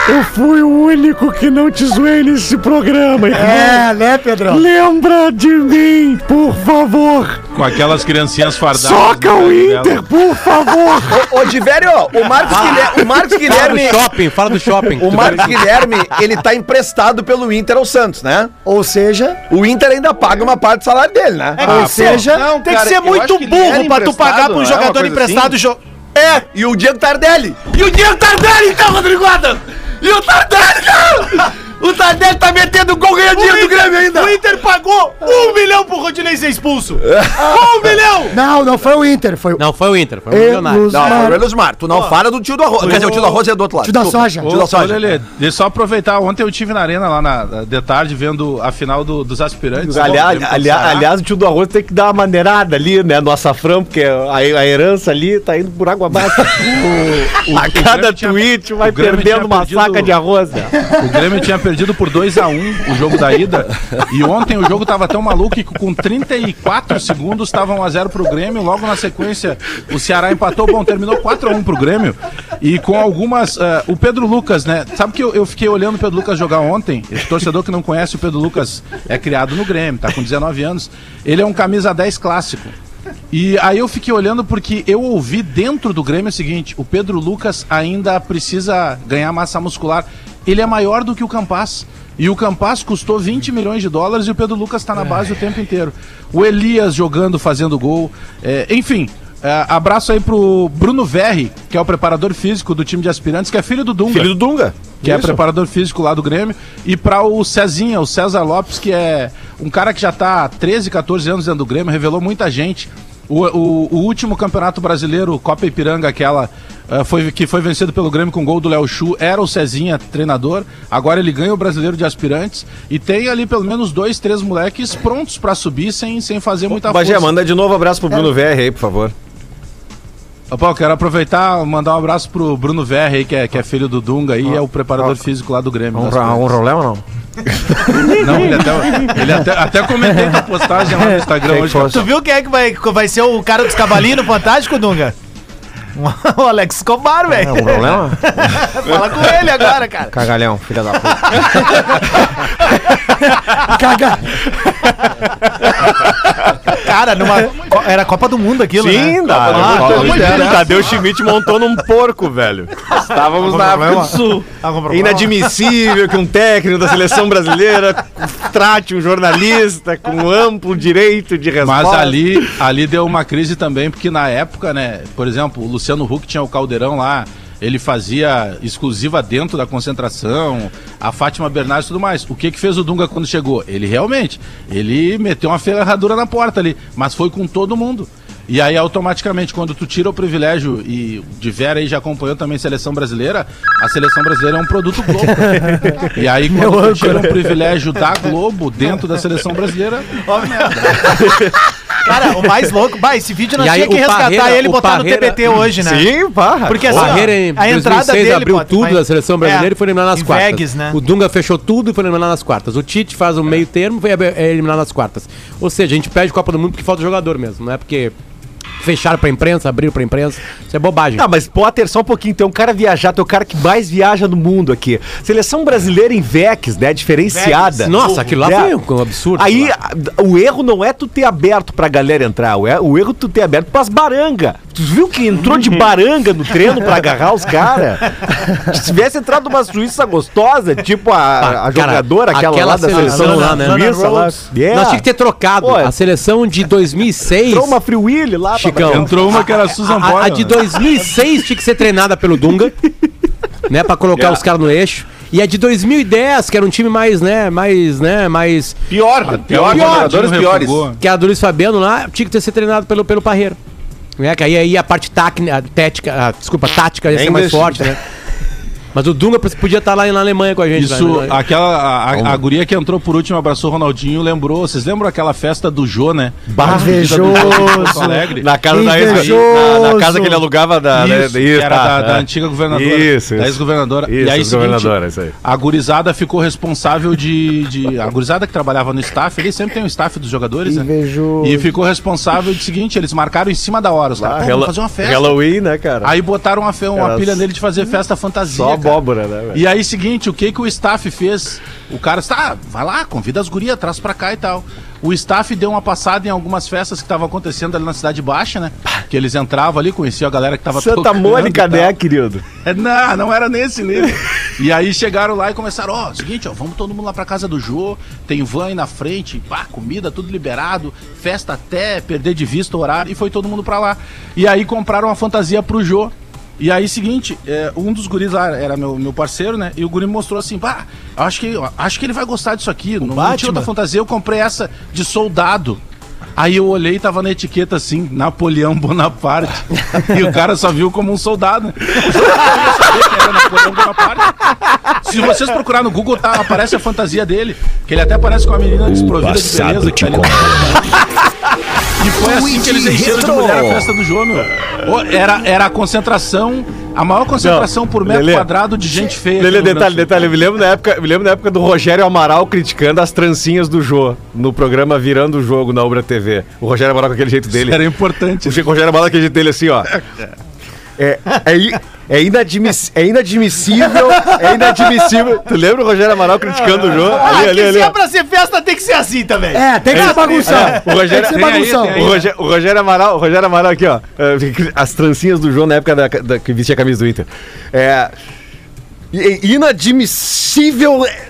I: Eu fui o único que não te zoei nesse programa, É, né, Pedrão? Lembra de mim, por favor.
E: Com aquelas criancinhas fardadas. né,
I: Soca
E: no
I: o
E: pé dela.
I: Inter, por favor.
B: Ô, ô, Diverio, o Marcos Guilherme, o Marcos
H: Fala do
B: Guilherme,
H: Ah. Tá shopping, fala do shopping.
B: o
H: Tu
B: Marcos
H: vai-
B: Guilherme, ele tá emprestado pelo Inter ao Santos, né?
I: Ou seja,
B: O Inter ainda paga uma parte do salário dele, né?
D: É que
B: Ah,
D: ou seja,
F: não,
D: tem
F: cara,
D: que ser
F: eu
D: muito
F: acho que
D: burro
F: ele
D: pra
F: era
D: tu pagar pra
F: emprestado, não
D: um
F: é? Uma
D: jogador
F: coisa
D: emprestado jo-
B: É, e o Diego Tardelli. E o
L: é
B: Diego Tardelli, então, Rodrigo Adams. E o Tardelli, não! O Tardelli tá metendo gol ganhando dinheiro do Grêmio ainda.
D: O Inter pagou um milhão pro Rodinei ser expulso!
I: Ah,
D: um milhão!
J: Não, não foi o Inter, foi o
H: Não, foi o Inter, foi o Milionário.
J: Elusmar.
B: Não, mas o Elismar, tu não fala do tio do arroz. Quer dizer, o tio do arroz é do outro lado.
J: Tio da
B: Desculpa.
J: soja.
E: Ô,
B: Tio da
E: ô,
B: soja.
E: Lelê, deixa eu só aproveitar. Ontem eu tive na arena lá na, de tarde vendo a final do- dos aspirantes.
C: Aliás,
E: Grêmio contra o
C: aliás,
E: é Ceará.
C: aliás, o tio do arroz tem que dar uma maneirada ali, né? No açafrão, porque a, a herança ali tá indo por água abaixo. O- o- a cada
E: Grêmio tinha-
C: tweet vai
E: o Grêmio
C: perdendo
E: tinha
C: uma
E: perdido-
C: saca de arroz. né?
E: O Grêmio tinha perdido por 2x1 o jogo da ida. E ontem o jogo tava tão maluco que com 34 segundos tava 1x0 pro Grêmio. Logo na sequência, o Ceará empatou. Bom, terminou 4x1 pro Grêmio. E com algumas. eh, o Pedro Lucas, né? Sabe que eu, eu fiquei olhando o Pedro Lucas jogar ontem? Esse torcedor que não conhece o Pedro Lucas é criado no Grêmio, tá com 19 anos. Ele é um camisa 10 clássico. E aí eu fiquei olhando porque eu ouvi dentro do Grêmio o seguinte: o Pedro Lucas ainda precisa ganhar massa muscular. Ele é maior do que o Campaz. E o Campaz custou 20 milhões de dólares e o Pedro Lucas está na base o tempo inteiro. O Elias jogando, fazendo gol. É, enfim, é, abraço aí pro Bruno Verri, que é o preparador físico do time de aspirantes, que é filho do Dunga
B: Filho do Dunga.
E: que é preparador físico lá do Grêmio, e para o Cezinha, o César Lopes, que é um cara que já tá há 13, 14 anos dentro do Grêmio, revelou muita gente. O, o- o último campeonato brasileiro, Copa Ipiranga, aquela eh, foi, que foi vencido pelo Grêmio com gol do Léo Chu, era o Cezinha treinador, agora ele ganha o brasileiro de aspirantes e tem ali pelo menos dois, três moleques prontos para subir sem, sem fazer muita
C: Bagé,
E: força.
C: manda de novo abraço pro
E: É.
C: Bruno VR aí, por favor.
E: Ô, Paulo, quero aproveitar mandar um abraço pro Bruno Verre aí, que é, que é filho do Dunga e é o preparador físico lá do Grêmio. das Piranhas.
C: problema não?
E: Não, ele até, ele até, até comentei na postagem lá no Instagram hoje.
D: Tu viu quem é que vai, vai ser o cara dos cavalinhos no Fantástico, Dunga? O Alex Escobar, velho.
C: É, um problema?
D: Fala com ele agora, cara.
C: Um Cagalhão, filha da puta.
J: Caga.
D: Cara, numa. co- Era Copa do Mundo aquilo, né?
C: Sim, dá.
D: Ah, pelo
C: Copa do
D: amor de
C: Mundo.
D: Deus.
C: Tadeu Schmidt montou num porco, velho.
F: Estávamos na África do Sul.
D: Algum
C: É
D: problema?
C: inadmissível que um técnico da seleção brasileira trate um jornalista com amplo direito de resposta.
E: Mas ali, ali deu uma crise também, porque na época, né, por exemplo, o Luciano Huck tinha o caldeirão lá, ele fazia exclusiva dentro da concentração, a Fátima Bernardes e tudo mais. O que que fez o Dunga quando chegou? Ele realmente, ele meteu uma ferradura na porta ali, mas foi com todo mundo. E aí, automaticamente, quando tu tira o privilégio, e o de Vera aí já acompanhou também a seleção brasileira, a seleção brasileira é um produto Globo. e aí, quando tu tira o privilégio da Globo dentro da seleção brasileira,
D: Cara, o mais louco. Bah, esse vídeo nós
H: E aí,
D: tinha que
H: o
D: resgatar
H: Parreira-
D: tá ele e
H: o
D: botar
H: Parreira-
D: no TBT hoje, né?
C: Sim, barra.
D: Porque assim,
H: O
D: ó,
H: Parreira em
D: a entrada
H: 2006
D: dele
H: abriu
D: Potter,
H: tudo
D: mas-
H: da seleção brasileira
D: É,
H: e foi eliminado nas
D: em
H: quartas.
D: Vegas, né?
H: O Dunga fechou tudo e foi eliminado nas quartas. O Tite faz o meio termo e foi ab- é eliminado nas quartas. Ou seja, a gente perde Copa do Mundo porque falta jogador mesmo, não é porque fecharam pra imprensa, abriram pra imprensa. Isso é bobagem.
C: Tá, mas Potter, só um pouquinho. Tem um cara viajar, tem o cara que mais viaja no mundo aqui. Seleção brasileira em VEX, né? Diferenciada.
H: Nossa, aquilo lá
C: É.
H: foi um, um absurdo.
C: Aí
H: Lá.
C: a- o erro não é tu ter aberto pra galera entrar, o é- o erro é tu ter aberto pras baranga. Tu viu que entrou de baranga no treino pra agarrar os caras? Se tivesse entrado uma suíça gostosa, tipo a, a
H: Ah, cara,
C: jogadora, aquela, lá da seleção
H: lá, né?
C: Suíça, lá. Yeah.
H: Nós tinha que ter trocado
C: Pô,
H: a seleção de 2006.
C: Entrou uma friwilly lá. pra-
H: Chicão.
E: Entrou uma que era Susan
H: A, a
E: Boyle. né?
H: de 2006 tinha que ser treinada pelo Dunga, né, Pra colocar os caras no eixo. E a de 2010, que era um time mais, né, mais, né, mais
E: É,
F: Pior, pior,
H: Pior.
F: jogadores piores.
H: que era do Luiz Fabiano lá, tinha que ter sido treinado pelo pelo Parreiro. Né? Que aí, aí a parte tática, tética, ah, desculpa, tática
E: É
H: ia ser mais
C: English.
H: forte, né? Mas o Dunga podia estar lá na Alemanha com a gente. lá,
E: Isso,
H: né?
E: aquela. A, a- a guria que entrou por último, abraçou o Ronaldinho, lembrou. Vocês lembram aquela festa do Jô, né? A despedida do Jô em Porto Alegre.
C: Na casa da ex,
J: Invejoso.
C: na, na casa que ele alugava da, né,
E: Isso, que era
C: tá,
E: da, da
C: é.
E: antiga governadora.
C: Isso,
E: Da
C: isso.
E: ex-governadora. E
C: Isso,
E: aí,
C: ex-governadora,
E: governadora
C: isso aí.
E: a gurizada ficou responsável de, de- A gurizada que trabalhava no staff, ele sempre tem um staff dos jogadores, né?
J: Invejoso.
E: E ficou responsável de seguinte: eles marcaram em cima da hora. Os caras,
C: Ah,
E: "Pô,
C: Hela-
E: vamos fazer uma festa.
C: Halloween, né, cara?
E: Aí botaram uma, fe- é uma
C: Era
E: pilha nele de fazer festa fantasia.
C: Só
E: cara.
C: abóbora, né, velho?
E: E aí, seguinte, o que que o staff fez? O cara está, ah, vai lá, convida as gurias, traz pra cá e tal. O staff deu uma passada em algumas festas que estavam acontecendo ali na Cidade Baixa, né? Que eles entravam ali, conheciam a galera que tava
C: Santa
E: tocando
C: Mônica,
E: e tal.
C: né, querido?
E: É, Não, não era nesse nível. E aí chegaram lá e começaram, ó, seguinte, ó, vamos todo mundo lá pra casa do Jô, tem van aí na frente, pá, comida, tudo liberado, festa até perder de vista o horário, e foi todo mundo pra lá. E aí compraram uma fantasia pro Jô. E aí, seguinte, é, um dos guris lá era meu, meu parceiro, né? E o guri me mostrou assim, pá, acho que, acho que ele vai gostar disso aqui. Não, não tinha
D: Batman?
E: outra fantasia, eu comprei essa de soldado. Aí eu olhei e tava na etiqueta assim, Napoleão Bonaparte. e o cara só viu como um soldado. né? Se vocês procurar no Google, tá, aparece a fantasia dele. Que ele até aparece com uma menina desprovida de beleza. Que tá ali. E foi assim que eles encheram de mulher a festa do João, meu. Ô, Era, era a concentração, a maior concentração por metro
C: Lelê.
E: quadrado de gente feia.
C: Lele,
E: aqui no
C: detalhe,
E: Brasil.
C: detalhe, me lembro, né? na época, me lembro na época do Rogério Amaral criticando as trancinhas do Jô no programa Virando o Jogo na Obra TV. O Rogério Amaral com aquele jeito dele.
E: Isso Era importante.
C: O Chico Rogério Amaral que a gente dele assim, ó. É, é, i- é, inadmiss, é inadmissível, é inadmissível. Tu lembra o Rogério Amaral criticando o jogo?
D: Ah,
C: Ali, ali,
D: que
C: ali.
D: se é
C: ó.
D: pra ser festa, tem que ser assim também.
J: É, tem que ser bagunçado.
C: O Rogério,
J: tem que ser
E: tem aí,
J: bagunçado.
E: tem aí.
C: o Rogério, o Rogério Amaral, o Rogério Amaral aqui, ó. É, As trancinhas do João na época da, da- que vestia a camisa do Inter. É. i- Inadmissível. é,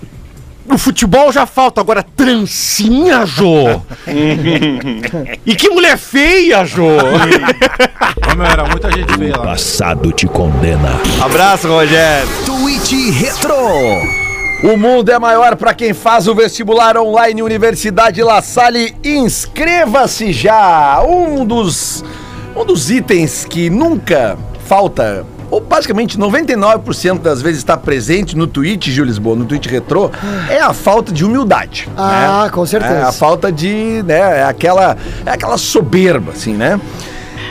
C: No futebol já falta, agora trancinha, Jô! e que mulher feia, Jô!
E: Ô, meu, era muita gente feia lá.
A: Passado te condena.
C: Abraço, Rogério!
B: O mundo é maior para quem faz o vestibular online Universidade La Salle. Inscreva-se já! Um dos, um dos itens que nunca falta, ou basicamente 99% das vezes está presente no tweet, Gil Lisboa, no tweet retrô, é a falta de humildade.
J: Ah,
B: né?
J: com certeza.
B: É a falta de, né, é aquela, é aquela soberba, assim, né?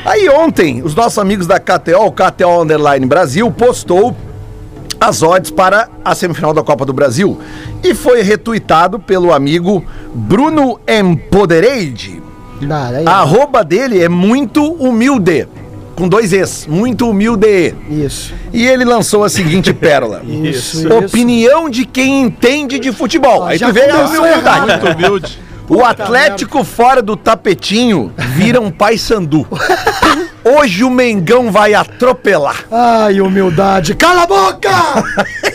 B: Aí ontem, os nossos amigos da KTO, o KTO Underline Brasil, postou as odds para a semifinal da Copa do Brasil e foi retuitado pelo amigo Bruno Empodereide.
J: Nada,
I: Ah,
J: aí,
B: A arroba dele é muito humilde, com dois Es, muito humilde.
J: Isso.
B: E ele lançou a seguinte pérola.
J: Isso,
B: Opinião de quem entende de futebol. Aí
J: já
B: tu vê a
J: começou
B: humildade.
E: Muito humilde.
B: O Atlético fora do tapetinho vira um paysandu. Hoje o Mengão vai atropelar.
J: Ai, humildade. Cala a boca!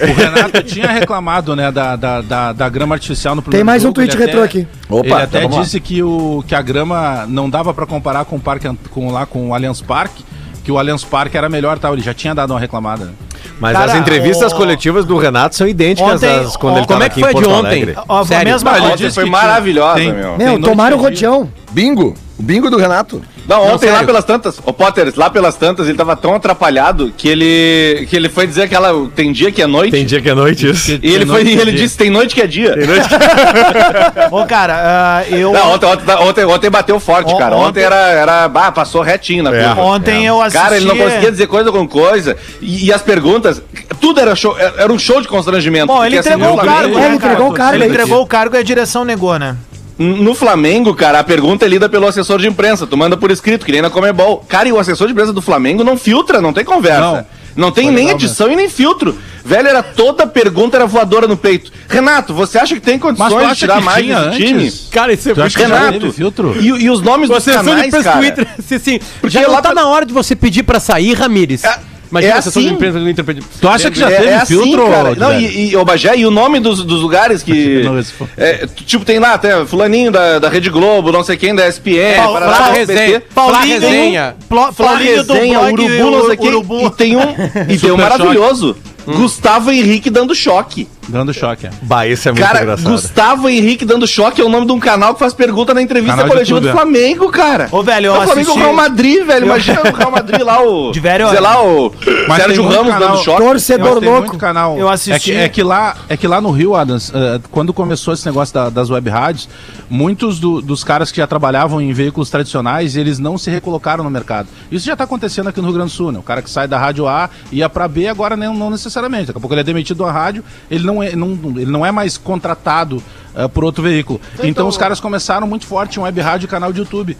E: O Renato tinha reclamado, né, da, da, da, da grama artificial no primeiro
J: Tem mais um
E: jogo, ele
J: tweet
E: até-
J: retrô aqui.
B: Opa,
E: ele até
B: então vamos lá.
E: disse que, o, que a grama não dava pra comparar com o parque an- com lá com o Allianz Parque, que o Allianz Parque era melhor, tal. Ele já tinha dado uma reclamada. né?
C: Mas
D: Cara,
C: as entrevistas
D: o-
C: coletivas do Renato são idênticas
D: Ontem-
C: às quando ele
D: Como
C: tava
H: é que
C: aqui em
H: foi a de
C: Porto
H: ontem?
C: Alegre.
D: Ó, foi a
H: Sério?
D: mesma
E: Ele
F: ontem
E: disse
F: foi
E: que-
F: maravilhosa,
E: tem-
F: meu.
E: tem
J: Meu,
E: noite
J: tomaram o
E: que dia.
J: rodeão.
B: Bingo? O bingo do Renato?
F: Não, ontem lá
H: sério.
F: pelas tantas, o Potter, lá pelas tantas, ele tava tão atrapalhado que ele que ele foi dizer aquela tem dia que é noite.
C: Tem dia que é noite isso.
F: E ele
E: Tem
F: foi
E: noite
F: e
E: que é
F: ele
E: dia.
F: disse tem noite que é dia.
D: É. Ô, cara, ah, eu.
F: Não, ontem, ontem, ontem, ontem bateu forte,
D: On-
F: cara. Ontem,
D: ontem- É.
F: era, era bah, passou retinho na curva. É.
D: Ontem eu assisti.
F: Cara, ele não conseguia dizer coisa com coisa. E, e as perguntas, tudo era show, era era um show de constrangimento.
D: Bom, ele
F: Porque, assim,
D: entregou
F: no
D: o cargo. né,
F: Flamengo-
J: É, ele entregou o cargo,
D: Ele
J: ele
D: entregou o cargo e a direção negou, né?
F: No Flamengo, cara, a pergunta é lida pelo assessor de imprensa. Tu manda por escrito, que nem na Comebol. Cara, e o assessor de imprensa do Flamengo não filtra, não tem conversa. Não. tem nem
D: né?
F: edição e nem filtro. Velho, era toda pergunta era voadora no peito. Renato, você acha que tem
E: Mas tu
F: condições de
E: acha
F: tirar
E: que
F: mais
E: tinha
F: desse time?
E: antes?
H: Cara, isso é
E: Tu acha que já
F: Renato,
E: teve filtro?
F: E, e os nomes dos
H: Assessor de
F: canais,
H: imprensa
F: cara?
H: do Inter, assim, assim,
F: Porque
H: já não
F: lá
H: tá
F: pra-
H: na hora de você pedir pra sair, Ramires.
F: É-
H: Imagina
F: é
H: a sessão de
F: assim.
H: imprensa do Inter pedindo.
E: Tu acha que já
F: é,
E: teve
F: é assim,
E: filtro?
F: cara. Não,
E: Guilherme?
F: e, e, ô, Bagé, e o nome dos, dos lugares que.
E: Não responde.
F: é, t- tipo, tem lá, até Fulaninho da, da Rede Globo, não sei quem, da SPN,
D: Pau-
F: Paraná,
D: Flá
F: SBT.
H: Resenha. Flá Resenha.
D: Plo-
F: Flá
D: Paulinho do
F: Resenha,
D: blog
F: é Urubu, não sei quem.
D: Urubu.
F: E tem um, e tem um
E: Super Hum.
F: maravilhoso. Gustavo Henrique dando choque.
E: Dando choque. é.
C: Bah, esse é muito
F: Cara,
C: engraçado.
F: Gustavo Henrique dando choque é o nome de um canal que faz pergunta na entrevista
E: Canal de
F: coletiva
E: tudo,
F: do
E: é.
F: Flamengo, cara.
D: Ô, velho, eu
F: É o Flamengo
D: assisti-
F: é o Real Madrid, velho.
D: Eu-
F: Imagina o Real Madrid lá, o.
D: De velho,
F: sei
D: olha.
F: lá, o
E: Mas tem
F: Sérgio
E: muito
F: Ramos
E: canal-
F: dando choque.
J: Torcedor
E: Mas tem
J: louco.
E: muito canal.
D: Eu assisti.
E: É que, é que lá, é que lá no Rio, Adams, eh, quando começou esse negócio da- das web rádios, muitos do- dos caras que já trabalhavam em veículos tradicionais, eles não se recolocaram no mercado. Isso já está acontecendo aqui no Rio Grande do Sul, né? O cara que sai da rádio A ia para B, agora nem- não necessariamente. Daqui a pouco ele é demitido da rádio, ele não é, não- ele não é mais contratado eh, por outro veículo. Então, os caras começaram muito forte em web rádio e canal de YouTube.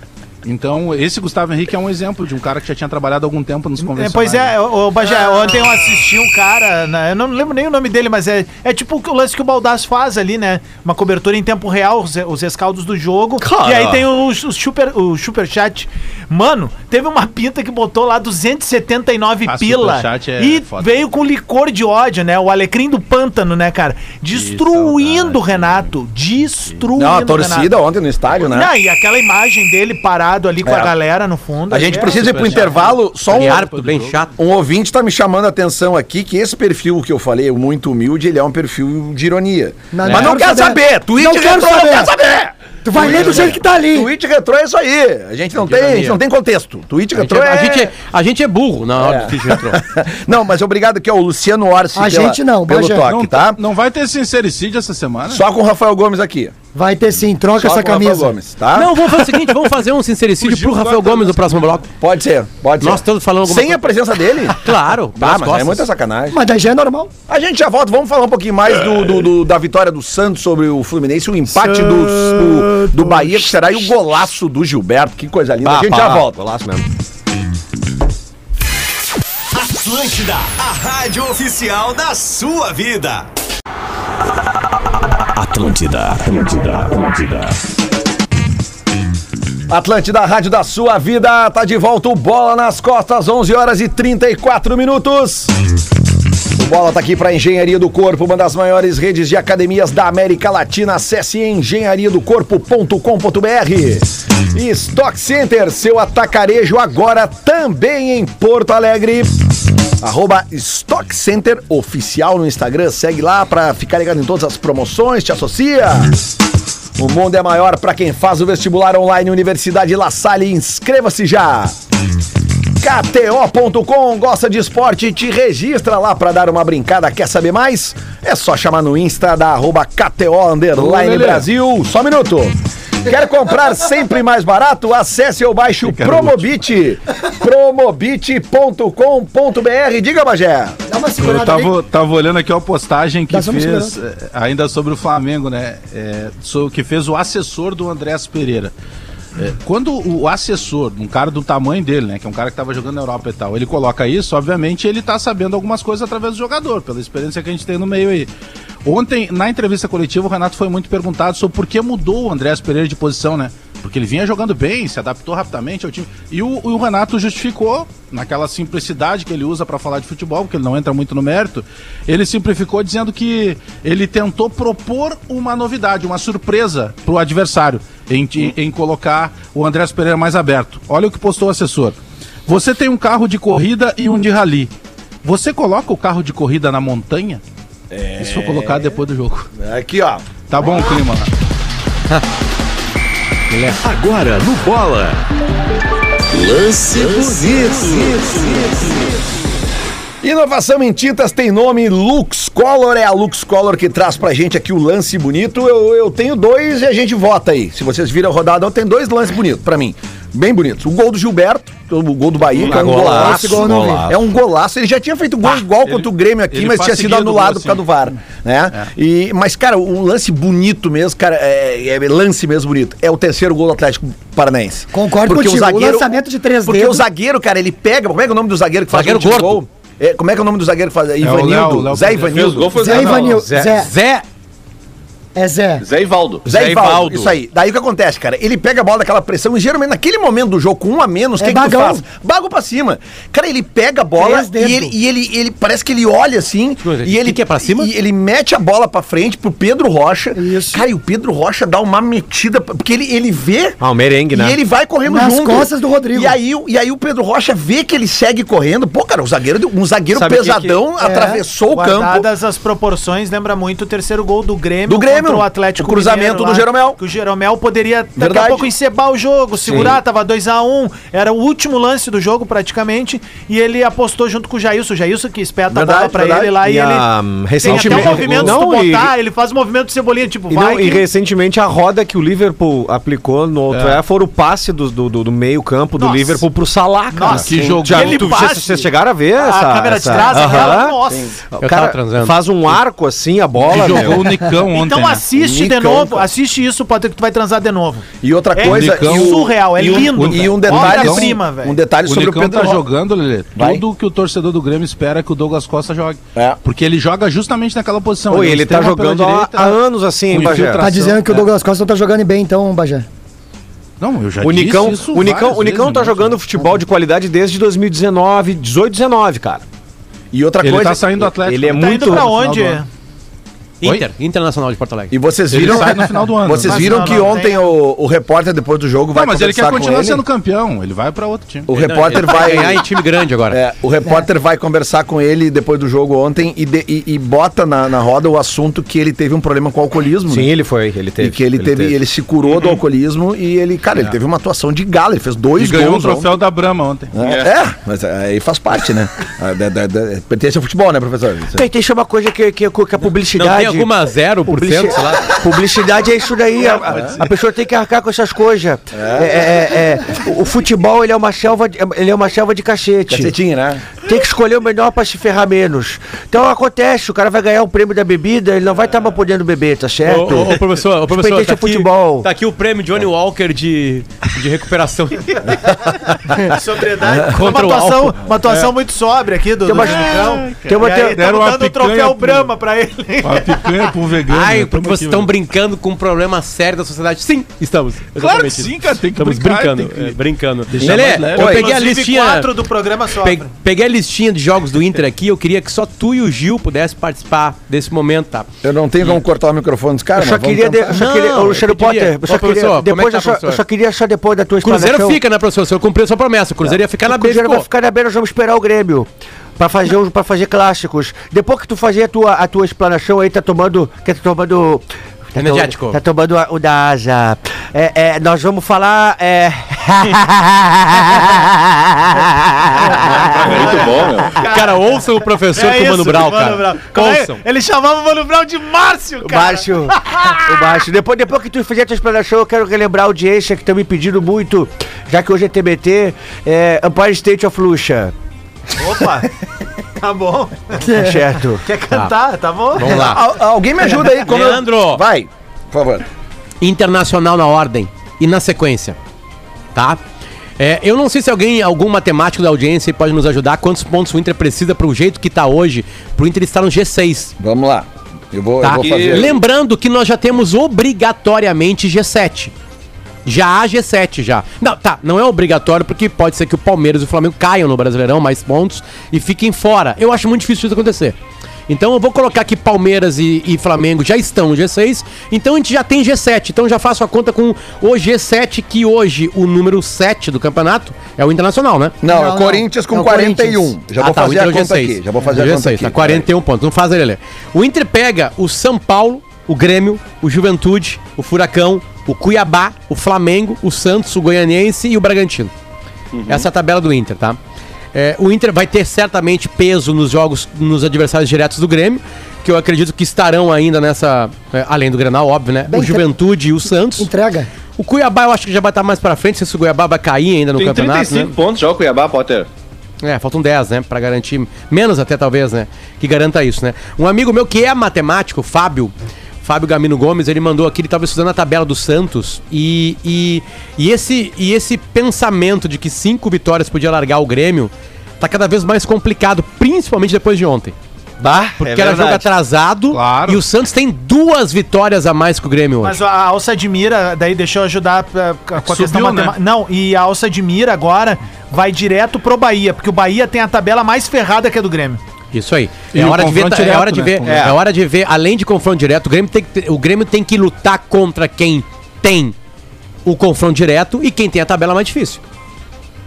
E: Então, esse Gustavo Henrique é um exemplo de um cara que já tinha trabalhado há algum tempo
J: Eh,
E: nos
D: É,
E: convencionais. né?
D: pois é, ô, ô, Bajé,
E: Ah.
D: ontem eu assisti um cara, né, eu não lembro nem o nome dele, mas é, é tipo o lance que o Baldaço faz ali, né? Uma cobertura em tempo real, os, os rescaldos do jogo. E aí tem o, o, super, o superchat. Mano, teve uma pinta que botou lá 279
E: Ah,
D: pila
E: superchat é
D: e
E: foda.
D: veio com licor de ódio, né? O alecrim do pântano, né, cara? Destruindo o Renato, destruindo
B: Não, a
D: o Renato.
B: torcida ontem no estádio, né?
D: Não, e aquela imagem dele parado ligado ali com
B: É.
D: a galera no fundo. é
B: A gente
J: é
B: precisa ir pro intervalo, só um,
H: Aquele árbitro bem chato.
B: um ouvinte tá me chamando a atenção aqui que esse perfil que eu falei, o muito humilde, ele é um perfil de ironia.
J: Mas
B: Mas
J: não
B: não
J: quero
B: quer
J: saber.
B: saber, tweet
J: Não quero
B: retrô,
J: saber.
B: não quer saber.
J: Tu vai ler do jeito que tá ali.
B: Tweet retrô é isso aí. A gente não tem, a gente não tem contexto. Tweet
H: A gente,
B: retrô
H: é,
B: é...
H: a, gente é, a gente é burro na hora do que entrou.
B: Não, mas obrigado aqui, ó, o Luciano Orsi
J: A gente não, é.
B: pelo
J: Bajé.
B: toque,
E: Não,
B: tá?
E: não vai ter sincericídio essa semana?
B: Só com o Rafael Gomes aqui.
J: Vai ter sim, troca
B: Só
J: essa
B: com o Rafael
J: camisa.
B: Gomes, tá?
H: Não, vamos fazer o seguinte, vamos fazer um sincericídio
E: Fugiu
H: pro Rafael
E: agora,
H: Gomes no próximo bloco.
B: Pode ser, pode ser.
H: Nós todos falando alguma
B: Sem a presença dele?
H: Claro,
B: Ah,
H: pelas
B: mas aí é
H: costas.
B: muita sacanagem.
J: Mas daí já é normal.
B: A gente já volta, vamos falar um pouquinho mais do, do- do- da vitória do Santos sobre o Fluminense, o empate do, do, do Bahia, que será e o golaço do Gilberto, que coisa linda. a gente já volta.
C: Golaço mesmo.
M: Atlântida, a rádio oficial da sua vida.
A: Atlântida, Atlântida, Atlântida.
B: Atlântida, Rádio da Sua Vida, tá de volta o Bola nas Costas, 11 horas e 34 minutos. O Bola tá aqui para Engenharia do Corpo, uma das maiores redes de academias da América Latina. Acesse engenhariadocorpo.com.br. E Stock Center, seu atacarejo agora também em Porto Alegre. Arroba Stock Center Oficial no Instagram. Segue lá para ficar ligado em todas as promoções. Te associa. O mundo é maior para quem faz o vestibular online Universidade La Salle. Inscreva-se já. KTO.com gosta de esporte? Te registra lá para dar uma brincada. Quer saber mais? É só chamar no Insta da arroba KTO Underline Brasil. Só um minuto. Quer comprar sempre mais barato? Acesse ou baixe o Promobit. Promobit.com.br. Diga, Bagé.
J: Dá uma
E: Eu
J: segurada ali.
E: tava, tava olhando aqui uma postagem que
J: Nós vamos
E: fez eh, ainda sobre o Flamengo, né? É, so- que fez o assessor do Andrés Pereira. É, quando o assessor, um cara do tamanho dele, né? Que é um cara que tava jogando na Europa e tal, ele coloca isso, obviamente ele tá sabendo algumas coisas através do jogador, pela experiência que a gente tem no meio aí. Ontem, na entrevista coletiva, o Renato foi muito perguntado sobre por que mudou o Andrés Pereira de posição, né? Porque ele vinha jogando bem, se adaptou rapidamente ao time. E o, o Renato justificou, naquela simplicidade que ele usa pra falar de futebol, porque ele não entra muito no mérito, ele simplificou dizendo que ele tentou propor uma novidade, uma surpresa pro adversário, em, em- em colocar o Andrés Pereira mais aberto. Olha o que postou o assessor. Você tem um carro de corrida e um de rally. Você coloca o carro de corrida na montanha? É. Isso
B: É.
E: foi colocado depois do jogo.
B: Aqui, ó.
E: Tá bom o clima. lá. é
M: Agora no Bola. Lance
B: Inovação em tintas tem nome Lux Color, é a Lux Color que traz pra gente aqui o lance bonito. Eu, eu tenho dois e a gente vota aí. Se vocês viram a rodada, eu tenho dois lances bonitos pra mim. Bem bonitos. O gol do Gilberto, o gol do Bahia, que é um
J: Golaço,
B: golaço.
J: esse gol eu não vi.
B: É um golaço. Ele já tinha feito gol igual contra o Grêmio aqui,
E: ele
B: mas
E: faz
B: tinha sido
E: seguido o
B: anulado
J: assim.
E: gol,
B: por causa do VAR. Né?
J: É.
B: E, mas, cara, o lance bonito mesmo, cara, é, é lance mesmo bonito. É o terceiro gol do Atlético Paranaense.
J: Concordo
B: porque
J: contigo,
B: O, zagueiro,
J: o lançamento de três
B: Porque
J: dedos.
B: o zagueiro, cara, ele pega. Como é que é o nome do zagueiro que faz
H: Zagueiro
B: gol de
H: gordo.
B: gol? É, como é que é o nome do zagueiro que faz? Ivanildo?
E: Léo- Léo
B: Zé
E: Pereira.
F: Fez
B: Ivanildo.
F: gol, foi
J: Zé
F: Zé, Ivanil.
J: Ivanil. Zé.
H: Zé,
J: É Zé.
F: Zé Ivaldo.
B: Zé
C: Zé
B: Ivaldo,
C: Ivaldo.
B: isso aí. Daí o que acontece, cara? Ele pega a bola daquela pressão e geralmente naquele momento do jogo, com um a menos, o
J: É
B: que, que tu
J: bagão.
B: faz? Bago pra cima. Cara, ele pega a bola
J: Três
B: e
J: dedos.
B: ele, e ele, ele- parece que ele olha assim
H: Coisa,
B: e ele
H: que que é pra cima?
B: E ele mete a bola pra frente pro Pedro Rocha.
J: Isso.
B: Cara, e o Pedro Rocha dá uma metida, porque ele, ele vê
C: Ah, o merengue, né?
B: e ele vai correndo
J: Nas
B: junto.
J: costas do Rodrigo.
B: E aí, o- e aí o Pedro Rocha vê que ele segue correndo. Pô, cara, o zagueiro, deu- um zagueiro
C: Sabe que-
B: pesadão
D: É,
B: atravessou o campo.
D: Guardadas as proporções, lembra muito o terceiro gol do Grêmio.
B: Do Grêmio.
D: contra o Atlético
B: O cruzamento do Jeromel.
D: Que o Jeromel poderia daqui
B: Verdade.
D: a pouco encebar o jogo, segurar, tava 2 a 1 era o último lance do jogo praticamente, e ele apostou junto com o Jailson, o Jailson que espeta
B: Verdade,
D: a bola pra
B: verdade.
D: ele lá e,
C: E
D: ele
C: a,
D: tem até
C: recentemente-
D: um movimento, se tu
C: Não, e-
D: botar, ele faz o movimento de cebolinha, tipo,
C: E,
D: vai
C: não, e
D: que-
C: recentemente a roda que o Liverpool aplicou no Old Trafford, o passe do, do, do- do meio campo do
D: É. Nossa.
C: Liverpool pro Salah, cara.
D: Nossa,
C: que
D: sim.
C: jogo.
D: Aquele
C: tu-
D: passe.
C: Vocês vocês chegaram a ver
D: a
C: essa...
D: câmera
C: essa...
D: de trás, aquela,
C: Aham.
D: nossa.
C: O
H: tava
C: cara
H: transando.
C: faz um arco assim, a bola,
E: Que
C: meu.
E: jogou o Nicão ontem.
D: Então
E: né?
D: assiste de
B: Nicão,
D: novo,
B: cara.
D: assiste isso, Patrick, que tu vai transar de novo.
B: E outra
D: É
B: coisa.
E: Nicão-
B: e o-
D: surreal, é
B: e um-
D: lindo,
B: E
D: cara.
B: um detalhe.
D: Obra prima, velho.
B: um detalhe
E: O
B: sobre o
E: Nicão
B: Pedro
E: tá
B: Rocha.
E: jogando, Lelê,
B: Vai.
E: tudo que o torcedor do Grêmio espera que o Douglas Costa jogue.
B: É.
E: Porque ele joga justamente naquela posição.
C: Oi, ele tá
E: extrema pela
C: jogando há, há anos assim,
E: com
C: hein, Bagé.
E: infiltração.
J: Tá dizendo que o
E: É.
J: Douglas Costa não tá jogando bem, então, Bajé.
E: Não, eu já
C: O
E: disse
C: Nicão,
E: isso
C: o Nicão,
E: várias
C: o Nicão
E: vezes,
C: tá
E: né?
C: jogando futebol de qualidade desde 2019, 18, 19, cara.
B: E outra
E: Ele
B: coisa.
E: tá saindo do Atlético.
C: Ele é
E: né?
D: Tá
C: muito-
D: indo pra
E: No final
D: onde?
E: do ano.
H: Inter, Internacional de Porto Alegre.
B: E vocês
H: Ele
B: viram.
H: sai no final do ano.
B: Vocês
H: Mas
B: viram
H: não,
B: que
H: não,
B: ontem
H: tem-
B: o, o repórter, depois do jogo, vai
E: não, mas ele quer
B: conversar com
E: continuar
B: ele?
E: sendo campeão. Ele vai pra outro time.
B: O repórter É, vai
H: grande agora.
B: É, o repórter vai conversar com ele depois do jogo ontem e, de- e- e bota na, na roda o assunto que ele teve um problema com o alcoolismo.
C: Sim,
B: né?
C: ele foi, ele teve.
B: E que ele, teve, ele se curou do alcoolismo e ele, cara, ele teve uma atuação de gala, ele fez
E: E
B: dois
E: ganhou o
B: gols.
E: troféu da Brahma ontem.
B: ontem. É, é, mas aí faz parte, né? Ah, da- da- da- pertence ao futebol, né, professor?
K: Tem, tem uma coisa que, que, que a publicidade.
H: Não tem alguma 0%, sei lá.
K: Publicidade é isso daí. A, a- a pessoa tem que arcar com essas coisas. É, é, é. O, o futebol ele é uma selva, de- ele é uma selva de cacete.
B: Cacetinho, né?
K: Tem que escolher o melhor pra se ferrar menos. Então acontece, o cara vai ganhar o prêmio da bebida, ele não vai estar mais podendo beber, tá certo?
H: Ô, ô, ô, professor, ô, professor,
K: Respeitei
H: tá
K: seu
H: aqui,
K: futebol.
H: tá aqui o prêmio Johnny Walker de, de recuperação.
D: É Sobriedade.
H: Contra o
D: uma atuação,
H: álcool.
D: uma atuação
H: É.
D: muito sóbria aqui do
K: Tem uma-
D: do Chicão.
E: Ah,
K: tem uma-
D: E
K: tem-
D: aí,
K: deram
D: tamo
K: uma
D: dando o
K: picanha
D: troféu
K: pro-
D: Brahma pra ele.
E: Uma picanha pro vegano.
H: Ai,
E: né?
H: porque
E: Tamo
H: vocês
E: aqui,
H: estão
E: né?
H: brincando com um problema sério da sociedade. Sim, estamos.
E: Claro que
H: Exatamente.
E: sim, cara. Tem que
H: Estamos
E: brincar,
H: brincando,
E: tem que
H: é, brincando.
E: deixar
H: Lelê,
E: mais leve.
H: eu
E: Oi.
H: peguei a
D: Inclusive,
H: listinha...
D: quatro do programa só.
H: Pe- peguei a listinha de jogos do Inter aqui, eu queria que só tu e o Gil pudessem participar desse momento, tá?
B: Eu não tenho como cortar o microfone dos caras,
K: Eu só
B: mas vamos
K: queria, de, eu
B: tentar.
K: só queria
H: então. Não,
K: ô, Luciano
H: eu queria.
K: Potter, eu só queria,
H: Ô, professor, como é que
K: depois
H: tá,
K: eu, só,
H: professor?
K: eu só queria só depois da tua
H: Cruzeiro
B: é
K: explanação-
H: fica, né, professor? O senhor cumpriu sua promessa. O Cruzeiro ia ficar na
K: o Cruzeiro
H: beira.
K: vai ficar na beira, nós vamos esperar o Grêmio. Pra fazer, os- pra fazer clássicos. Depois que tu fazer a tua, a tua explanação aí, tá tomando. Que tá tomando. Tá
H: Energético.
K: to- Tá tomando a- o da asa. É, é, nós vamos falar. É...
F: Muito bom, meu.
B: Ah,
H: Cara, ouça o
D: É
H: professor com o Mano Brau, cara. Ouçam.
D: Ele chamava o Mano Brau de Márcio,
K: O
D: cara.
K: Márcio. o Márcio. Depois, depois que tu fizer a tua explanação, eu quero relembrar a audiência que estão me pedindo muito, já que hoje é TBT, é Empire State of Lucha.
D: Opa. Tá bom.
K: Tá certo.
D: Quer cantar? Tá bom?
H: Vamos lá.
B: Al- alguém me ajuda aí. Como eu-
H: Leandro.
B: Vai, por favor.
H: Internacional na ordem e na sequência, tá? É, eu não sei se alguém, algum matemático da audiência pode nos ajudar quantos pontos o Inter precisa pro jeito que tá hoje, pro Inter estar no G6,
B: Vamos lá. Eu vou, eu
H: tá?
B: vou fazer.
H: Lembrando que nós já temos obrigatoriamente G7. Já há G7 já. Não, tá, não é obrigatório porque pode ser que o Palmeiras e o Flamengo caiam no Brasileirão mais pontos e fiquem fora. Eu acho muito difícil isso acontecer. Então eu vou colocar que Palmeiras e, e Flamengo já estão no G6, então a gente já tem G7. Então eu já faço a conta com o G7, que hoje o número 7 do campeonato é o Internacional, né?
B: Não,
J: Não,
B: é
J: não.
B: Corinthians com
J: É o
B: 41.
J: Corinthians.
B: Já
H: Ah,
B: vou
H: tá, o
B: fazer
H: Inter
B: a
H: é o
B: conta
H: G6.
B: aqui. Já vou fazer
H: É o
B: a conta
H: G6,
B: aqui.
H: Tá 41 pontos. Não faz ele, Lelê. O Inter pega o São Paulo, o Grêmio, o Juventude, o Furacão, o Cuiabá, o Flamengo, o Santos, o Goianiense e o Bragantino. Essa é a tabela do Inter, tá? É, o Inter vai ter certamente peso nos jogos, nos adversários diretos do Grêmio, que eu acredito que estarão ainda nessa. é, além do Grenal, óbvio, né?
J: Bem,
H: o Juventude e o Santos.
J: Entrega.
H: O Cuiabá eu acho que já vai estar mais pra frente, se esse Cuiabá vai cair ainda no
F: Tem
H: campeonato.
F: 35
H: né?
F: pontos já o Cuiabá, Potter.
H: É, faltam 10, né? Pra garantir. Menos até, talvez, né? Que garanta isso, né? Um amigo meu que é matemático, Fábio. Fábio Gamino Gomes, ele mandou aqui, ele estava estudando a tabela do Santos e, e, e esse, e esse pensamento de que cinco vitórias podia largar o Grêmio tá cada vez mais complicado, principalmente depois de ontem.
K: Bah,
H: Porque era jogo atrasado
E: Claro.
H: e o Santos tem duas vitórias a mais que o Grêmio hoje.
D: Mas a alça de mira, daí deixa eu ajudar pra- com a questão
E: Subiu,
D: matemática. Não, e a alça de mira agora vai direto pro Bahia, porque o Bahia tem a tabela mais ferrada que a do Grêmio.
H: Isso aí.
E: E
H: é
E: o
H: hora de ver,
E: confronto
H: é
E: direto,
H: hora de
E: né?
H: ver,
E: Com-
H: é. hora de ver, além de confronto direto, o Grêmio tem que, ter- o Grêmio tem que lutar contra quem tem o confronto direto e quem tem a tabela mais difícil.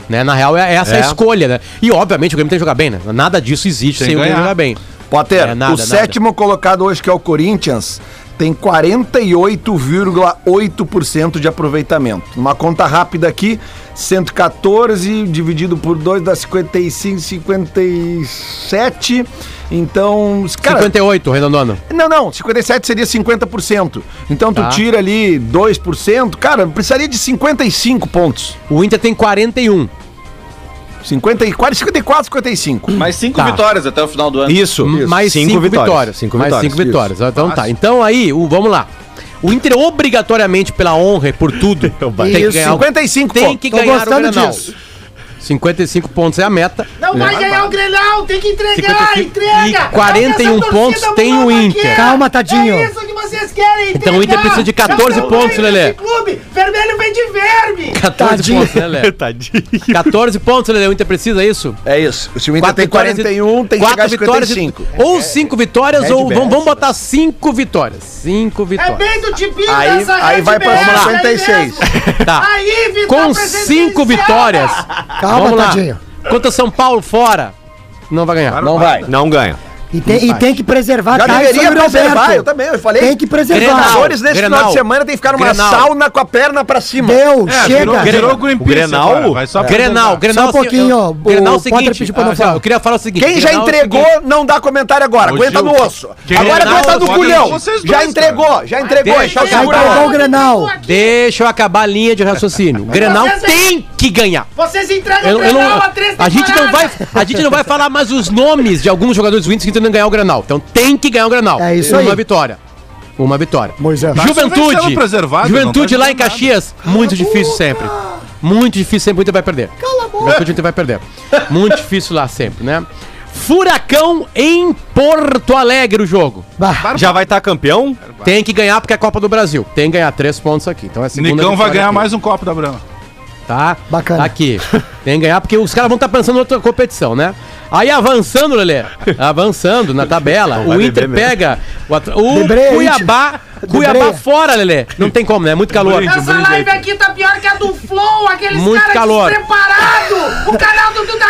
H: Né? Na real, é essa a
C: É.
H: escolha, né? E obviamente o Grêmio tem que jogar bem, né? Nada disso existe
E: Tem
H: sem
E: que
H: o Grêmio
E: ganhar.
H: jogar bem.
B: Potter,
H: É, nada,
B: o
H: nada.
B: sétimo colocado hoje, que é o Corinthians, tem 48,8% de aproveitamento. Uma conta rápida aqui, 114 dividido por 2 dá 55, 57. Então, cara,
H: 58, Renandono.
B: não, não, 57 seria 50%. Então tu
H: Tá.
B: tira ali 2%, cara, precisaria de 55 pontos.
H: O Inter tem 41.
B: 54, 54, 55.
F: Mais 5
B: Ah.
H: Tá.
F: vitórias até o final do ano.
C: Isso.
H: Hum, Mais cinco, vitórias.
C: Cinco
H: mais
C: vitórias.
H: cinco
C: isso.
H: vitórias. Então tá.
E: Fácil.
H: Então aí, o, vamos lá. O Inter obrigatoriamente, pela honra e por tudo, tem que
B: Isso,
H: ganhar. o-
B: 55
H: Tem
B: pontos.
H: que
J: Tô
H: ganhar o
J: gostando
H: Grenal.
J: disso.
H: 55 pontos é a meta.
L: Não vai ganhar o Grenal, tem que entregar,
H: 55
L: entrega!
H: e 41
L: Não, que essa torcida
H: pontos tem o
L: mulaca
H: Inter.
L: que é.
J: Calma, tadinho.
L: É isso que vocês vocês querem
H: Então o Inter precisa de 14
L: Não
H: pontos,
L: ganho desse
H: Lelê.
L: clube. Vermelho vem de verme.
H: 14 pontos, né, Lelê? 14 pontos, Lelê. O Inter precisa, é isso?
B: É isso. Se o
L: Inter tem
B: 41, tem que chegar a 55.
H: Vitórias, ou 5 vitórias,
B: é
H: ou
B: de
H: vamos,
B: best.
H: vamos botar 5 vitórias. 5
L: É
H: vitórias.
L: bem do tipinho
H: Aí-
L: dessa
H: aí
L: Rede
H: vai pra
L: BS,
H: vamos lá.
L: ali
H: 56.
L: mesmo.
H: Tá.
L: Aí, Vitor,
H: Com
L: presença
H: 5 vitórias.
J: Calma,
H: vamos lá.
J: tadinho.
H: Contra São Paulo fora. Não vai ganhar. não vai. Não ganha.
J: E tem, e tem que preservar
B: Já
J: Tyson
B: deveria
J: e Roberto.
B: preservar, eu também, eu falei.
J: Tem que preservar.
B: Os treinadores nesse final de semana tem que ficar
I: Tá
B: numa sauna com a perna pra cima.
J: Deu,
H: É,
B: Virou,
J: chega.
B: virou
H: O Grenal? É.
B: só
H: Grenal,
B: apresentar.
H: Grenal.
B: Só um pouquinho,
H: ó.
B: o
H: Grenal é o
B: Potter
H: seguinte.
B: pediu pra não
H: ah,
B: falar.
H: Eu queria falar o seguinte.
B: Quem já
H: Grenal é o
B: entregou,
H: seguinte.
B: não dá comentário agora.
H: Ô,
B: aguenta
H: Gil,
B: no osso.
H: quem-
B: agora
H: Grenal,
B: aguenta no
H: vocês
B: culhão.
H: dois,
B: Já
H: cara.
B: entregou, já entregou. é
H: Deixa
B: só
H: eu
B: segura
H: acabar.
B: a bola.
J: Grenal.
H: Deixa eu acabar a linha de raciocínio. O Grenal
L: Vocês-
H: tem que ganhar.
L: Vocês entraram
H: Eu,
L: no
H: eu não,
L: Grenal há três
H: a, gente não vai, a gente não vai falar mais os nomes de alguns jogadores ruins que tentam ganhar o Granal. Então tem que ganhar o Granal. É
J: isso
H: Uma
J: aí.
H: vitória. Uma vitória.
E: Tá
J: Moisés.
C: Tá
H: Juventude. Juventude lá em
J: casa.
H: Caxias, muito difícil sempre. Muito difícil sempre, o Inter vai perder. Cala a boca. Juventude o Inter vai perder. Muito difícil lá sempre, né? Furacão em Porto Alegre o jogo. Já vai estar campeão? Tem que ganhar porque é a Copa do Brasil. Tem que ganhar três pontos aqui. Então é a segunda
E: Nicão vai
H: vitória
E: ganhar
H: aqui.
E: mais um copo da Brahma.
H: Tá? Bacana. Aqui. Tem que ganhar, porque os caras vão estar pensando em outra competição, né? Aí avançando, Lelê. Avançando na tabela.
C: vai
H: o Inter
C: beber mesmo.
H: pega o, atra- o
C: Debreia,
H: Cuiabá.
C: Inter.
H: Cuiabá
C: Debreia.
H: fora, Lelê. Não tem como, né? Muito calor.
L: Essa live aqui tá pior que a do Flow, aqueles
H: Muito
L: caras
H: calor.
L: despreparados. O canal do Duda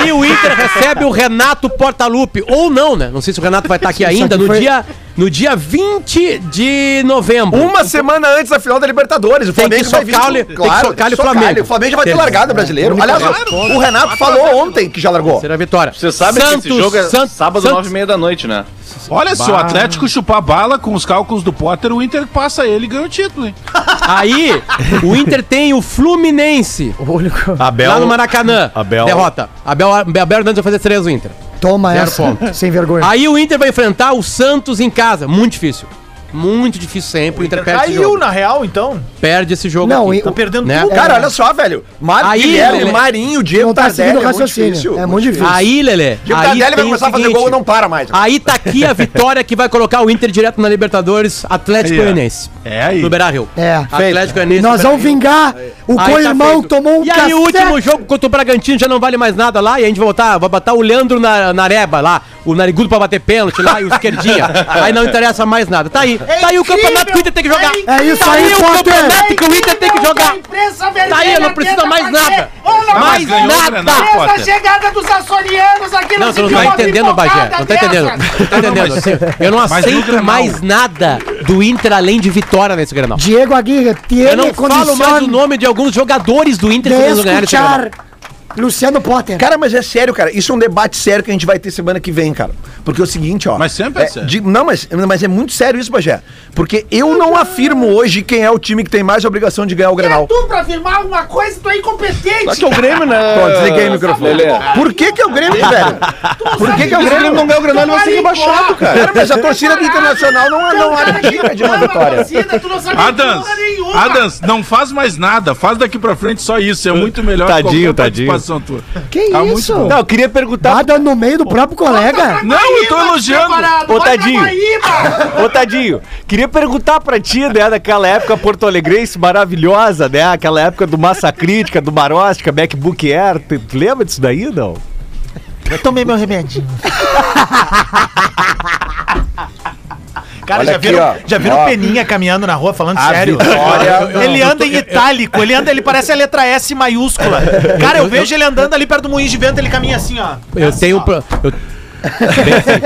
H: Aí o Inter recebe o Renato Portaluppi. Ou não, né? Não sei se o Renato vai estar aqui
B: Isso
H: ainda.
B: aqui
H: No,
B: foi-
H: dia, no dia 20 de novembro.
B: Uma semana antes da final da Libertadores. O
H: Tem que
B: Flamengo vai vir.
H: socar o- tem que socar o Flamengo.
B: O Flamengo já vai ter
H: Tem.
B: largado o brasileiro.
H: Muito
B: Aliás,
H: claro.
B: o Renato falou ontem que já largou.
H: Será vitória.
F: Você sabe que esse jogo é
H: Santos-
F: sábado,
H: Santos-
F: nove e meia da noite, né?
E: Olha, se o
F: Bah.
E: Atlético chupar bala com os cálculos do Potter, o Inter passa ele e ganha o título, hein?
H: Aí, o Inter tem o Fluminense.
C: Abel-
H: Lá no Maracanã.
C: Abel-
H: Derrota. Abel, Abel Hernandes vai fazer três o Inter.
J: Toma
H: Zero
J: essa,
H: ponto.
J: sem vergonha.
H: Aí o Inter vai enfrentar o Santos em casa. Muito difícil. Muito difícil sempre. O Inter, perde esse
D: Caiu
H: jogo.
D: na real, então.
H: Perde esse jogo
D: Não,
H: aqui. Né?
D: e- Tá perdendo
B: tudo. Cara, olha só, velho. Mar- Guilherme,
H: Lelê-
B: Marinho, Diego É. Não tá Tardelli, seguindo o é muito raciocínio. difícil, É muito difícil.
H: Aí, Lelê.
B: Diego
H: aí
B: Tardelli vai
H: tem o
B: começar a fazer gol e não para mais.
H: Aí tá aqui a vitória que vai colocar o Inter direto na Libertadores Atlético
B: Aí, ó.
H: Goianiense.
E: É aí.
H: No Beira-Rio.
J: É.
H: Atlético
J: E
H: Goianiense.
J: nós vamos vingar. O
H: Aí tá
J: co-irmão
H: feito.
J: tomou um
H: E aí o
J: cacete.
H: último jogo contra o Bragantino já não vale mais nada lá e a gente vai botar, vai botar o Leandro na, na areba lá, o narigudo pra bater pênalti lá e o esquerdinha. aí não interessa mais nada. Tá aí. tá aí o campeonato que o Inter tem que jogar.
L: É isso
H: tá
L: aí,
H: o
L: Potter.
H: campeonato que o Inter tem que jogar.
L: Tá
H: Tá aí, não precisa mais nada.
L: Mais
H: Mais
L: nada.
H: nada.
L: Essa chegada dos açorianos aqui
H: Não, você não tá entendendo, Bagé.
L: é
H: Não tá entendendo. Não tá entendendo. Assim, Eu não
J: Mas no
H: aceito
J: Grenal.
H: mais nada do Inter além de vitória nesse Grenal.
J: Diego Aguirre, Tiene
H: Eu não falo mais o nome de alguns jogadores do Inter que não ganharam esse Grenal.
J: Luciano Potter.
B: Cara, mas é sério, cara. Isso é um debate sério que a gente vai ter semana que vem, cara. Porque é o seguinte, ó. Mas sempre é, sério. não, mas, mas é muito sério isso, Bagé. Porque eu não afirmo hoje quem é o time que tem mais obrigação de ganhar o Grenal.
L: é Tu pra afirmar uma coisa, tu é incompetente.
B: Só que é o Grêmio, né? Pô, desliguei o microfone. Por que que é o Grêmio, velho? Por que que é o
F: Se o
B: Grêmio não ganha o Grenal, ele vai ser rebaixado, cara.
F: Cara,
B: mas a torcida do Internacional não, não abdica de uma vitória. é
E: Adams, Adams, não faz mais nada. Faz daqui pra frente só isso. É muito melhor que
C: Tadinho,
E: qualquer
C: tadinho.
E: participação tua.
J: Que
E: Tá muito
J: isso?
E: bom.
J: Não, eu queria perguntar. Nada no meio do próprio colega.
E: Não, eu tô elogiando.
J: preparado.
C: Ô,
J: Vai pra
C: Tadinho. Ô, Tadinho, queria perguntar pra ti, né, daquela época porto alegrense maravilhosa, né? Aquela época do Massa Crítica, do Maróstica, MacBook Air. Tu, tu lembra disso daí, não?
D: Eu tomei meu remedinho. Cara,
C: Olha
D: já
C: aqui,
D: viram,
C: ó.
D: já viram
C: Ó.
D: Peninha caminhando na rua falando
C: A
D: sério?
C: vitória-
D: ele
C: Eu
D: anda
C: tô-
D: em
C: eu-
D: itálico, ele anda, ele parece a letra S maiúscula. Cara, eu
H: Eu-
D: vejo
H: eu-
D: ele andando ali perto do moinho de vento, ele caminha assim, ó.
H: Eu tenho. um pro- Eu...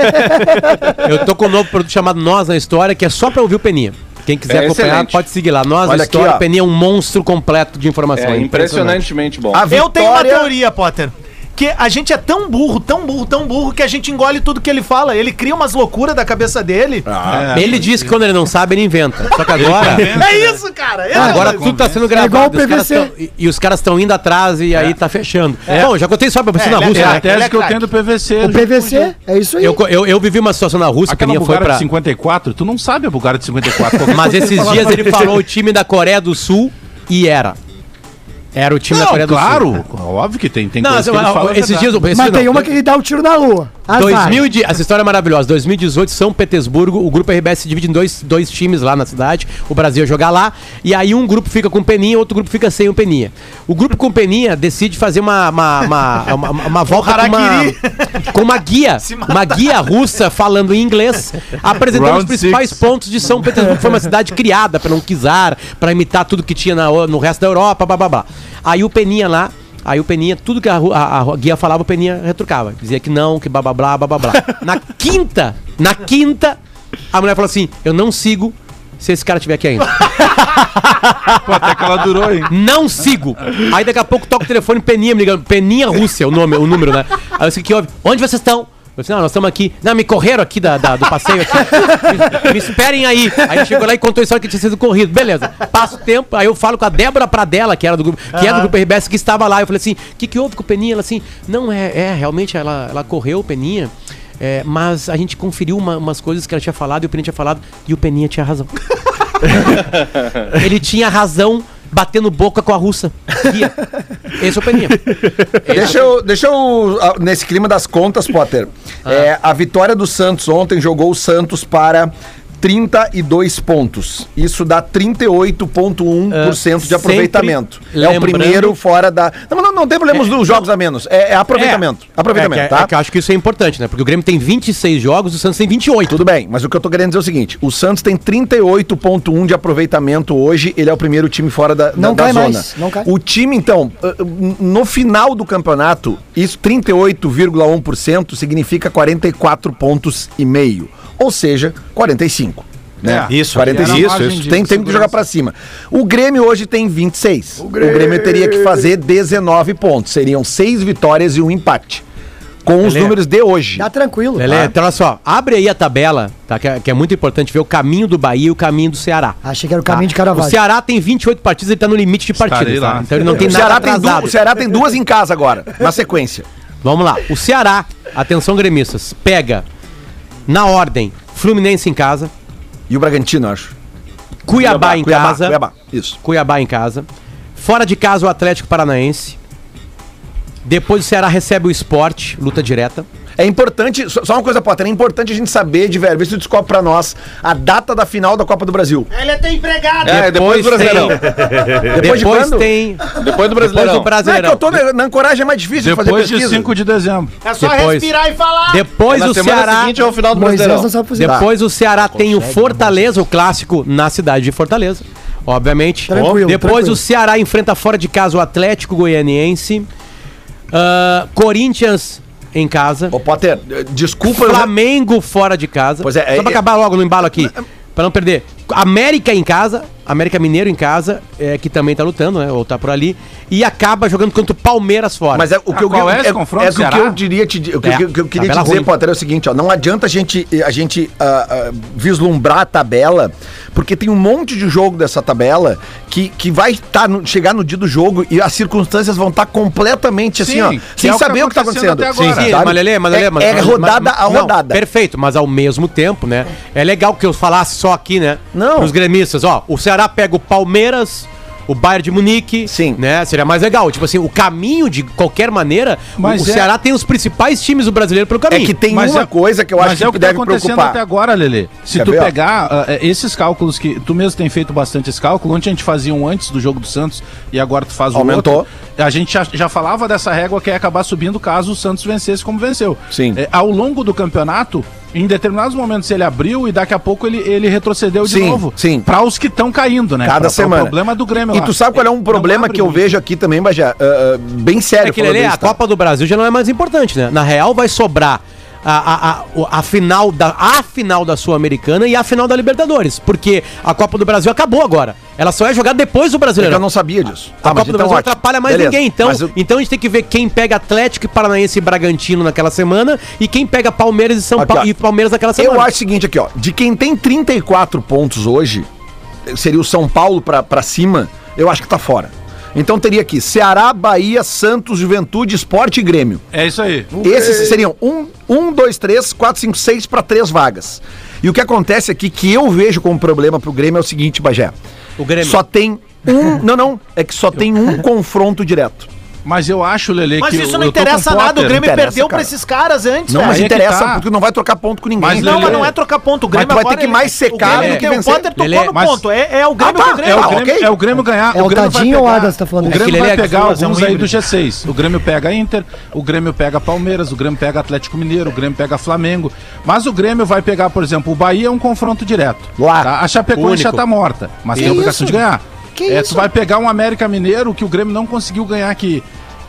H: eu tô com um novo produto chamado Nós na História, que é só pra ouvir o Peninha. Quem quiser
F: É
H: acompanhar,
F: excelente.
H: pode seguir lá. Nós
F: Olha
H: na
F: aqui,
H: História,
F: ó.
H: Peninha é um monstro completo de informação.
F: É impressionantemente bom.
D: Eu tenho uma teoria, Potter. Que a gente é tão burro, tão burro, tão burro, que a gente engole tudo que ele fala. Ele cria umas loucuras da cabeça dele.
B: Ah.
H: É, ele diz que quando ele não sabe, ele inventa. Só que agora.
D: É isso, cara. é-
H: agora tudo tá sendo gravado.
D: igual o
H: e os caras
D: PVC.
H: tão- e, e os caras estão indo atrás e aí tá fechando.
D: É.
H: Bom, já contei só pra você
D: É,
H: na
D: ele é
H: Rússia.
D: craque,
H: né?
D: ele é craque.
E: PVC.
J: O PVC, é isso aí.
H: Eu, co- eu, eu vivi uma situação na Rússia,
E: Aquela
H: Peninha foi
E: Bulgária
H: pra.
E: de 54, tu não sabe a Bulgária de 54. Qualquer
H: Mas
E: coisa que
H: esses
E: falar
H: dias
E: pra
H: ele
E: ti.
H: falou o time da Coreia do Sul e era. Era o time da Coreia do Sul.
E: claro, óbvio que tem. Tem
H: Não,
E: coisa
H: mas,
E: que ele fala, é
H: esses dias,
E: verdade.
H: esses
J: Mas
H: não,
J: tem uma que dá o tiro na lua. Azar.
H: 2000, de- essa história é maravilhosa. 2018, São Petersburgo, o grupo RBS se divide em dois, dois times lá na cidade. O Brasil ia jogar lá. E aí um grupo fica com peninha, outro grupo fica sem o peninha. O grupo com peninha decide fazer uma, uma, uma, uma, uma volta com uma, com uma guia. Uma guia russa falando em inglês, apresentando os
E: Round
H: principais pontos de São Petersburgo. Foi uma cidade criada para não quisar, para imitar tudo que tinha na o- no resto da Europa, bababá. Aí o peninha lá. Aí o Peninha, tudo que a, ru- a- a guia falava, o Peninha retrucava. Dizia que não, que blá blá blá blá blá, blá. Na quinta, na quinta, a mulher falou assim: Eu não sigo se esse cara tiver aqui ainda.
E: até que ela durou, hein?
H: Não sigo. Aí daqui a pouco toca o telefone Peninha me ligando. Peninha Rússia, o nome, o número, né? Aí eu disse, que houve? Onde vocês estão? Eu disse, não, nós estamos aqui. Não, me correram aqui da, da- do passeio aqui. Me, me esperem aí. Aí ele chegou lá e contou isso que tinha sido corrido. Beleza. Passa o tempo, aí eu falo com a Débora Pradella, que era do grupo, que é do grupo RBS, que estava lá. Eu falei assim, o que, que houve com o Peninha? Ela assim, não, é, é realmente ela, ela correu, Peninha. é, mas a gente conferiu uma- umas coisas que ela tinha falado e o Peninha tinha falado e o Peninha tinha razão. Ele tinha razão batendo boca com a russa. Guia. Esse é o Peninha.
B: Deixa eu, deixa eu ah, nesse clima das contas, Potter. É, a vitória do Santos ontem jogou o Santos para 32 pontos. Isso dá 38,1% de
H: sempre
B: aproveitamento. É o
H: lembrando-
B: primeiro fora da. Não, não, não tem problemas dos jogos a menos. É, é aproveitamento. Aproveitamento,
H: é que,
B: tá?
H: é que eu acho que isso é importante, né? Porque o Grêmio tem 26 jogos, o Santos tem 28.
B: Tudo bem, mas o que eu tô querendo dizer é o seguinte: o Santos tem 38,1 de aproveitamento hoje, ele é o primeiro time fora da, da-
J: Não
B: da
J: cai
B: zona.
J: mais, não cai.
B: O time, então, eh, no final do campeonato, isso 38,1% significa 44 pontos e meio. Ou seja, 45. Né?
C: É, isso,
B: 45.
C: era a margem de
B: Tem tempo
C: segurança.
B: que jogar pra cima. O Grêmio hoje tem 26. O Grêmio, teria que fazer 19 pontos. Seriam seis vitórias e um empate. Com os
H: Beleza.
B: números de hoje.
J: Tá tranquilo.
H: Lelê,
J: Ah,
H: então olha só, abre aí a tabela, tá? Que é, que é muito importante ver o caminho do Bahia e o caminho do Ceará.
J: Achei que era o caminho de
H: Tá. O
J: Caravaggio.
H: Ceará tem 28 partidas, ele tá no limite de partidas,
E: Estarei lá.
H: tá? Então ele não tem
B: É, o,
H: nada
B: Ceará tem du-
H: atrasado.
B: o Ceará tem duas em casa agora, na sequência.
H: Vamos lá. O Ceará, atenção gremistas, pega na ordem Fluminense em casa,
B: E o Bragantino, eu acho.
H: Cuiabá, em
B: Cuiabá,
H: casa.
B: Cuiabá, isso.
H: Cuiabá em casa. Fora de casa, o Atlético Paranaense. Depois o Ceará recebe o esporte, luta direta.
B: É importante, só só uma coisa, Potter, é importante a gente saber de velho, ver se tu descobre pra nós a data da final da Copa do Brasil.
L: Ele é teu empregado.
F: É, depois do Brasileirão.
B: Depois
H: Depois,
B: de quando?
H: tem.
F: Depois do
H: Depois
F: Brasileirão.
H: do Brasileirão.
B: Não, é que eu tô na, na ancoragem é mais difícil
E: Depois
B: de
E: de
B: fazer pesquisa.
E: 5 de dezembro.
L: É só
H: Depois-
L: respirar e falar.
H: Depois
F: Na
H: o
F: semana
H: Ceará.
F: seguinte é o final do
J: Moisés
F: Brasileirão.
J: não sabe fazer.
H: Depois o Ceará tem o
B: né?
H: Fortaleza, o clássico, na cidade de Fortaleza. Obviamente.
J: Tranquilo,
H: Depois
J: tranquilo.
H: o Ceará enfrenta fora de casa o Atlético Goianiense. Ah, Corinthians em casa.
B: Ô, Potter, eh, desculpa. eu-
H: Flamengo fora de casa.
B: Pois é,
H: Só
B: é-
H: pra acabar logo no embalo aqui. Pra não perder. América em casa, América Mineiro em casa, é, que também tá lutando, né? Ou tá por ali. E acaba jogando contra o Palmeiras fora.
B: Mas é, o que
E: Ah,
B: eu,
E: qual é esse
B: é-
E: confronto,
B: é do que
E: Ceará?
B: eu diria te, di- o que,
H: É,
B: o que eu queria te
H: tabela
B: dizer,
H: ruim.
B: Potter, é o seguinte, ó, não adianta a gente, a gente ah, ah, vislumbrar a tabela, porque tem um monte de jogo dessa tabela que, que vai tá no- chegar no dia do jogo e as circunstâncias vão estar completamente assim,
E: Sim,
B: ó,
E: que
B: sem
E: é o que
B: saber o que tá
E: acontecendo
B: acontecendo.
E: até agora.
B: sabe?
E: Sim,
H: mas Lelê, mas Lelê,
B: é,
H: mas-
B: é
H: mas-
B: rodada
H: mas-
B: a
H: não,
B: rodada.
H: perfeito, mas ao mesmo tempo, né? É legal que eu falasse só aqui, né?
B: Não.
H: Os gremistas, ó. O Ceará pega o Palmeiras. O Bayern de Munique,
B: Sim.
H: né? Seria mais legal. Tipo assim, o caminho, de qualquer maneira, o-
E: Mas
H: o
E: é-
H: Ceará tem os principais times do brasileiro pelo
B: é
H: caminho.
B: que tem
E: Mas
B: uma
E: é-
B: coisa que eu acho
E: Mas é o que tá
B: deve
E: acontecendo
B: preocupar.
E: até agora, Lelê. Se
B: Quer
E: tu
B: ver, ó?
E: pegar ah, eh, esses cálculos que tu mesmo tem feito bastante esse cálculo, ontem a gente fazia um antes do jogo do Santos e agora tu faz o
B: Aumentou.
E: outro. A gente já, já falava dessa régua que ia acabar subindo caso o Santos vencesse como venceu.
B: Sim.
E: Eh, ao longo do campeonato, em determinados momentos ele abriu e daqui a pouco ele, ele retrocedeu de
B: Sim,
E: novo.
B: sim.
E: Para os que estão caindo, né?
B: Cada
E: pra, pra
B: semana.
E: O problema do Grêmio
B: E
E: lá.
B: tu sabe qual é um
E: Não
B: problema
E: abre
B: que eu
E: muito.
B: vejo aqui também, Bajé? ah, ah, bem sério.
H: É que
B: falando
H: Lelê,
B: isso,
H: a
B: tá?
H: Copa do Brasil já não é mais importante, né? Na real, vai sobrar a, a, a, o- a final da, a final da Sul-Americana e a final da Libertadores. Porque a Copa do Brasil acabou agora. Ela só é jogada depois do
B: É que
H: Brasileirão.
B: eu não sabia disso.
H: A Copa
B: mas
H: do
B: então
H: Brasil não
B: ótimo.
H: atrapalha mais
B: Beleza.
H: ninguém. Então,
B: Mas eu-
H: então a gente tem que ver quem pega Atlético, Paranaense e Bragantino naquela semana e quem pega Palmeiras e São
B: Aqui, ó.
H: Paulo e Palmeiras naquela semana.
B: Eu acho o seguinte aqui, ó. De quem tem 34 pontos hoje, seria o São Paulo pra, pra cima, eu acho que tá fora. Então teria aqui Ceará, Bahia, Santos, Juventude, Esporte e Grêmio.
E: É isso aí.
B: Esses seriam 1, 2, 3, 4, 5, 6 para três vagas. E o que acontece aqui que eu vejo como problema pro Grêmio é o seguinte, Bagé.
H: O Grêmio.
B: Só tem um. Não, não. É que só tem um confronto direto.
E: Mas eu acho, Lele,
D: Mas
E: É que
D: isso
E: eu-
D: não
E: eu tô
D: interessa
E: com
D: nada, o
E: Potter.
D: Grêmio
E: Interessa,
D: perdeu pra
E: cara.
D: esses caras antes,
E: Não, mas
D: velho.
E: é que
B: interessa,
E: tá.
B: porque não vai trocar ponto com ninguém.
E: Mas,
D: não, mas
E: Lelê-
D: não é trocar ponto. O
B: Mas
D: Grêmio
B: tu vai ter
D: agora,
B: que mais
D: ele-
B: secar
D: o Grêmio,
B: do que
D: O
B: vencer.
D: Potter tocou
E: Lelê,
D: no
E: mas-
D: ponto. É, é o Grêmio
B: tá,
D: que o Grêmio.
E: É o
D: tá,
E: Grêmio,
D: ok?
E: é o Grêmio ganhar.
J: É o
E: Grêmio vai
J: Tadinho ou
E: pegar-
J: Adas tá falando
E: O
J: isso?
E: Grêmio
J: É que
E: vai
J: ele é
E: pegar
J: Atlas, é um
E: alguns aí do
J: híbrido.
E: G6. O Grêmio pega Inter, o Grêmio pega Palmeiras, o Grêmio pega Atlético Mineiro, o Grêmio pega Flamengo. Mas o Grêmio vai pegar, por exemplo, o Bahia é um confronto direto.
B: Lá.
E: tá? A Chapecoense
H: Único.
E: já tá morta, mas
H: Que
E: tem a obrigação
H: isso?
E: de ganhar.
H: Que
E: é,
H: isso?
E: Tu vai pegar um América Mineiro que o Grêmio não conseguiu ganhar aqui.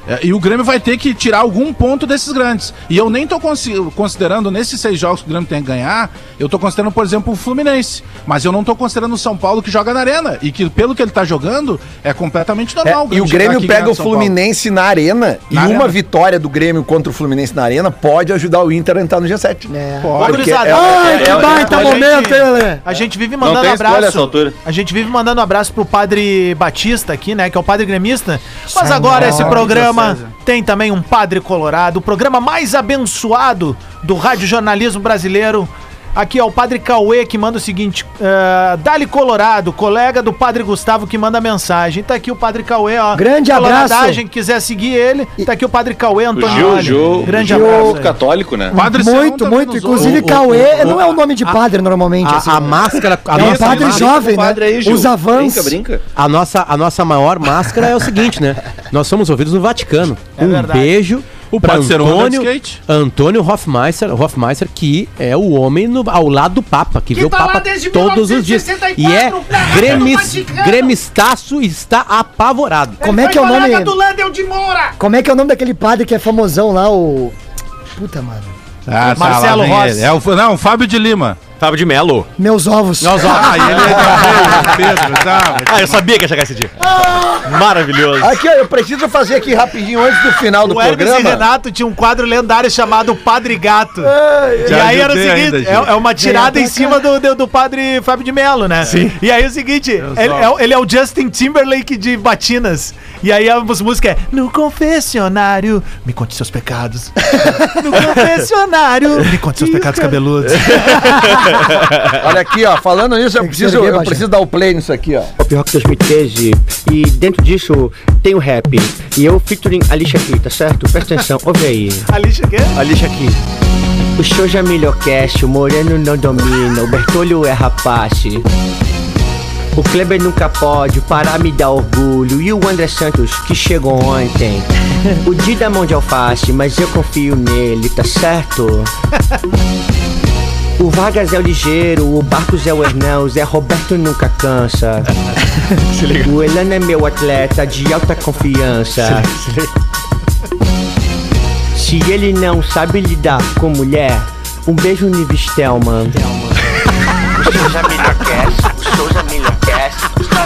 E: É, E o Grêmio vai ter que tirar algum ponto desses grandes. E eu nem tô consi- considerando, nesses seis jogos que o Grêmio tem que ganhar, eu tô considerando, por exemplo, o Fluminense. Mas eu não tô considerando o São Paulo que joga na arena. E que, pelo que ele tá jogando, é completamente
B: É,
E: normal.
B: e o
E: chegar
B: Grêmio
E: aqui e ganhar
B: pega
E: do
B: o
E: São Paulo.
B: Fluminense na arena e
E: Na
B: uma
E: arena.
B: vitória do Grêmio contra o Fluminense na arena pode ajudar o Inter a entrar no G7.
J: É.
B: Pode. Porque
D: gurizada.
B: é-
D: Ai,
J: que baita
D: a gente-
J: momento, hein, Lelê?
D: é A gente vive
F: Não
D: mandando
F: tem escolha
D: abraço.
F: essa altura.
D: A gente vive mandando abraço pro padre Batista aqui, né? Que é o padre gremista. Mas
J: Senhor.
D: agora esse programa
F: Diocese.
D: tem também um padre colorado, o programa mais abençoado do rádio jornalismo brasileiro. Aqui é o padre Cauê que manda o seguinte: eh, Dali Colorado, colega do padre Gustavo que manda a mensagem. Tá aqui o padre Cauê, ó.
J: Grande abraço.
D: Coloradagem, quiser seguir ele. Tá aqui o padre Cauê
F: O
D: Antônio.
F: Gil, Gil,
D: Grande
F: Gil
D: abraço. aí.
F: católico, né?
E: Padre Serrão
J: muito,
E: também
J: muito.
E: nos
J: Inclusive,
E: ouve.
J: Cauê não é o nome de padre normalmente. assim.
H: A, a máscara. A
J: é um
H: nossa
J: padre
H: máscara-
J: jovem,
F: Padre
J: né?
F: aí, Gil.
J: Os avanços.
F: Brinca, brinca.
H: A nossa, a nossa maior máscara é o seguinte, né? Nós somos ouvidos no Vaticano.
D: É
H: um
D: verdade.
H: beijo
E: O
H: pra
E: Padre Seron
H: Antônio,
E: anda de skate.
H: Antônio Hofmeister, Hofmeister, que é o homem no- ao lado do Papa, que,
L: Que
H: vê o
L: tá lá
H: Papa
L: desde
H: todos os dias. E é
L: 1964, na Rádio
H: gremis,
L: Vaticano.
H: gremistaço e está apavorado.
J: Como é que é o
L: Foi
J: nome?
L: colega do Landel de Moura.
J: Como é que é o nome daquele padre que é famosão lá, o. Puta, mano.
E: Ah, tá,
D: Marcelo
E: lá vem
D: Rossi.
E: ele. É o, não, o Fábio de Lima.
C: Fábio de Melo.
J: Meus ovos.
E: Ah, ele é Pedro, tá?
C: Ah, eu sabia que ia chegar esse dia. Maravilhoso.
B: Aqui, ó, eu preciso fazer aqui rapidinho antes do final do
D: O Hermes e
B: programa.
D: Renato tinha um quadro lendário chamado Padre Gato. e
E: Já
D: aí era o
E: ajudei
D: seguinte,
E: ainda,
D: é,
E: gente.
D: é uma tirada em cima do, do, do padre Fábio de Mello, né? Sim. E aí é o seguinte, ele é, o- ele é o Justin Timberlake de Batinas. E aí a mus- música é No confessionário, me conte seus pecados. No confessionário, me conte seus pecados cabeludos.
B: Olha aqui, ó, falando nisso, eu
J: que
B: preciso,
J: erguer,
B: eu
J: Bajé.
B: preciso dar o play nisso aqui, ó.
N: Pop Rock 2013 e dentro disso tem o rap. E eu featuring a lixa aqui, tá certo? Presta atenção, ouve aí.
D: A lixa aqui.
N: A lixa aqui. O show já milhocast, o Moreno não domina, o Bertolho é rapace. O Kleber nunca pode, o Pará me dá orgulho E o André Santos, que chegou ontem O Dida é mão de alface, mas eu confio nele, tá certo? O Vargas é o ligeiro, o Barcos é o Hernão, o Zé Roberto nunca cansa O Elano é meu atleta de alta confiança Se ele não sabe lidar com mulher Um beijo no Stelman Souza Milhocast, Souza Milhocast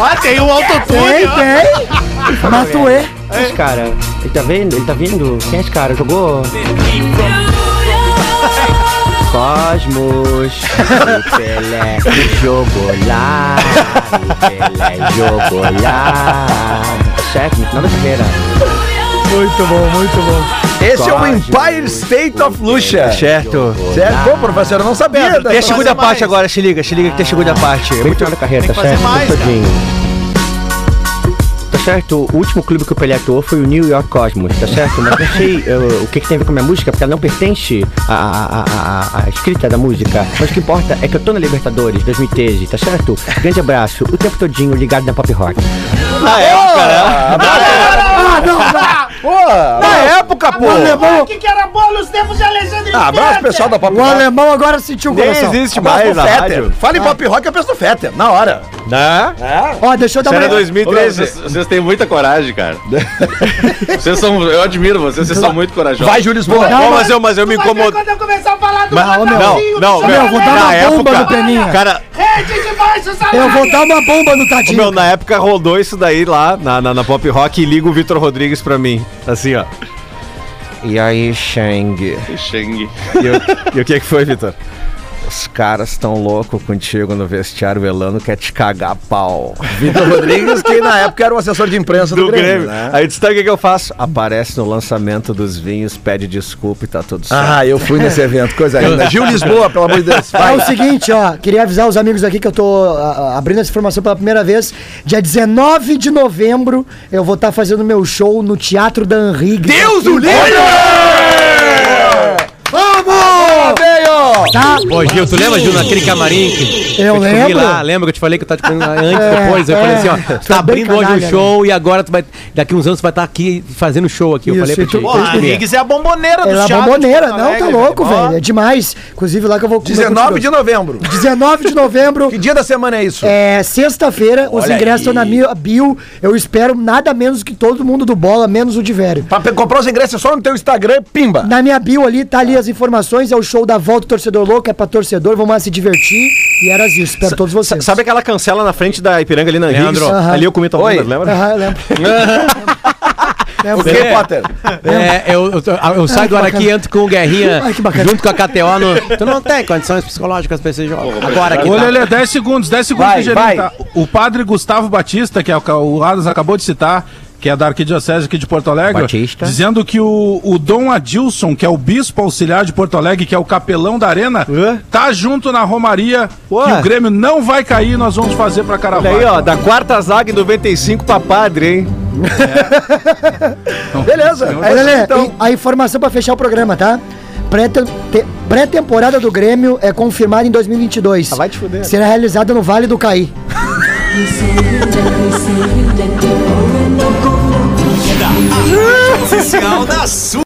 D: Ah, tem um autotune.
J: Tem,
D: ó.
J: tem. Matuê.
N: Quem é esse cara? Ele tá vendo? Ele tá vindo? Quem é esse cara? Jogou? Cosmos, o Pelé jogou lá, o Pelé jogou lá. Certo, nada de feira.
J: Muito bom, muito bom.
B: Esse é o
N: Cosmos,
B: Empire State of Lucha.
K: Certo.
B: Certo? Pô, professor, eu não sabia.
D: Pedro,
B: dessa-
K: Tem a segunda
D: mais.
K: parte agora, se liga, se liga que tem a segunda parte. É
N: Bem
K: muito
N: final da carreira,
D: tem
N: tá
D: que fazer
N: certo?
D: mais, cara.
N: Todinho. Tá certo? O último clube que o Pelé atuou foi o New York Cosmos, tá certo? Mas não sei eh, o que, que tem a ver com a minha música, porque ela não pertence à, à- à- à- à escrita da música. Mas o que importa é que eu tô na Libertadores 2013, tá certo? Grande abraço, o tempo todinho ligado na Pop Rock.
J: Ah, não, não. é
B: Pô, na época, pô.
J: O alemão,
L: Que que era bom nos tempos de Alexandre
B: Ah, abraço
L: Fetter.
B: pessoal da Pop
J: o
B: Rock.
J: alemão agora sentiu o
K: Nem
J: coração.
K: existe
B: Abraço
K: mais
B: pro
K: na
B: Fetter.
K: rádio.
B: Fala
J: Ah.
B: em Pop Rock, eu penso no Fetter, na hora.
K: Né?
F: É?
J: Ó, deixa eu dar
K: Isso era
J: uma.
F: Ô, meu, vocês,
K: 2013.
F: vocês têm muita coragem, cara. vocês são, eu admiro vocês, vocês são muito corajosos.
B: Vai, Júlio Lisboa.
J: Não,
K: Não, mas eu, mas eu me
L: Tu vai ver
K: incomodo.
L: Quando eu começar a falar do
K: Mas,
J: ô, meu,
L: Natalzinho,
K: não,
L: do
K: não,
J: Meu, eu vou dar
K: Na
J: uma bomba
K: época-
J: no Peninha.
K: Cara,
L: Rede de baixo salário.
J: Eu vou dar uma bomba no
K: Ô,
J: Tadinho.
K: meu, na época rodou isso daí lá na, na, na Pop Rock e liga o Vitor Rodrigues pra mim. Assim, ó. E aí, Shang?
F: Xengue.
K: E, eu- e o que que foi, Vitor? Os caras tão loucos contigo no vestiário, o Elano quer te cagar pau.
B: Vitor Rodrigues, que na época era o assessor de imprensa do, Grêmio. né?
K: Aí tu sabe o que, que eu faço? Aparece no lançamento dos vinhos, pede desculpa e tá tudo certo.
B: Ah, eu fui nesse evento, coisa linda. Gil Lisboa, pelo amor de Deus.
J: É o seguinte, ó, queria avisar os amigos aqui que eu tô a- a- abrindo essa informação pela primeira vez. Dia 19 de novembro, eu vou estar fazendo meu show no Teatro da É, Henrique. Deus o livre! Vamos! Tá?
H: Ô, Gil, tu lembra, Gil, naquele camarim que
J: Eu
H: que te vi
J: lembro.
H: lá? Lembra que eu te falei que eu tava te comendo lá antes,
J: É,
H: depois? Eu falei
J: é.
H: assim, ó,
J: Tu
H: tu
J: é
H: tá
J: bem
H: abrindo hoje
J: canalha,
H: o show e agora tu vai, daqui uns anos tu vai estar aqui fazendo show aqui.
J: Isso,
H: eu falei pra
J: e tu-
H: ti.
J: Porra,
H: Tem que ver.
D: Riggs é a bomboneira do
J: Ela é
D: Thiago de
J: bomboneira,
D: Porto
J: não, tá
D: Alegre,
J: louco,
D: Ó.
J: velho. É demais. Inclusive lá que eu vou comer
B: 19
J: contigo.
B: de novembro.
J: 19 de novembro.
B: Que dia da semana é isso?
J: É sexta-feira, os
B: Olha
J: ingressos estão na
B: aí.
J: minha bio. Eu espero nada menos que todo mundo do bola, menos o de velho.
B: Pra pe- comprar os ingressos é só no teu Instagram, pimba.
J: Na minha bio ali, tá ali as informações. É o show da volta do torcedor louco, é pra torcedor. Vamos lá se divertir. E era isso. Espero todos vocês.
C: Sabe aquela cancela na frente da Ipiranga ali na Riggs?
H: Leandro.
J: Aham.
C: Ali eu comi tua
J: Oi.
C: bunda, lembra?
J: Aham, eu lembro.
B: O
J: lembro.
B: que, Potter?
H: É, eu, eu, eu saio
J: Ai, que
H: do ar aqui e
J: bacana.
H: entro com o Guerrinha
J: Ai, que bacana.
H: junto com a KTO. No... Tu não tem condições psicológicas pra esse jogo. Agora aqui.
E: Ô,
H: tá.
E: Lelê, 10 segundos, 10 segundos
H: Vai,
E: de tá?
H: vai.
E: O padre Gustavo Batista, que é o que o Adas acabou de citar, que é da Arquidiocese aqui de Porto Alegre,
H: Batista.
E: dizendo que o, o Dom Adilson, que é o bispo auxiliar de Porto Alegre, que é o capelão da arena, tá junto na Romaria, que o Grêmio não vai cair, nós vamos fazer pra
C: Olha
E: Caravaggio.
C: aí, ó, da quarta zaga em 95 pra padre, hein?
E: É.
J: Beleza. Aí,
B: Então,
J: É, Lelê,
B: então-
J: e a informação pra fechar o programa, tá? Pré-tem- te- Pré-temporada do Grêmio é confirmada em 2022. Ah, vai te fuder. Será realizada no Vale do Caí.
M: A rádio oficial da sua.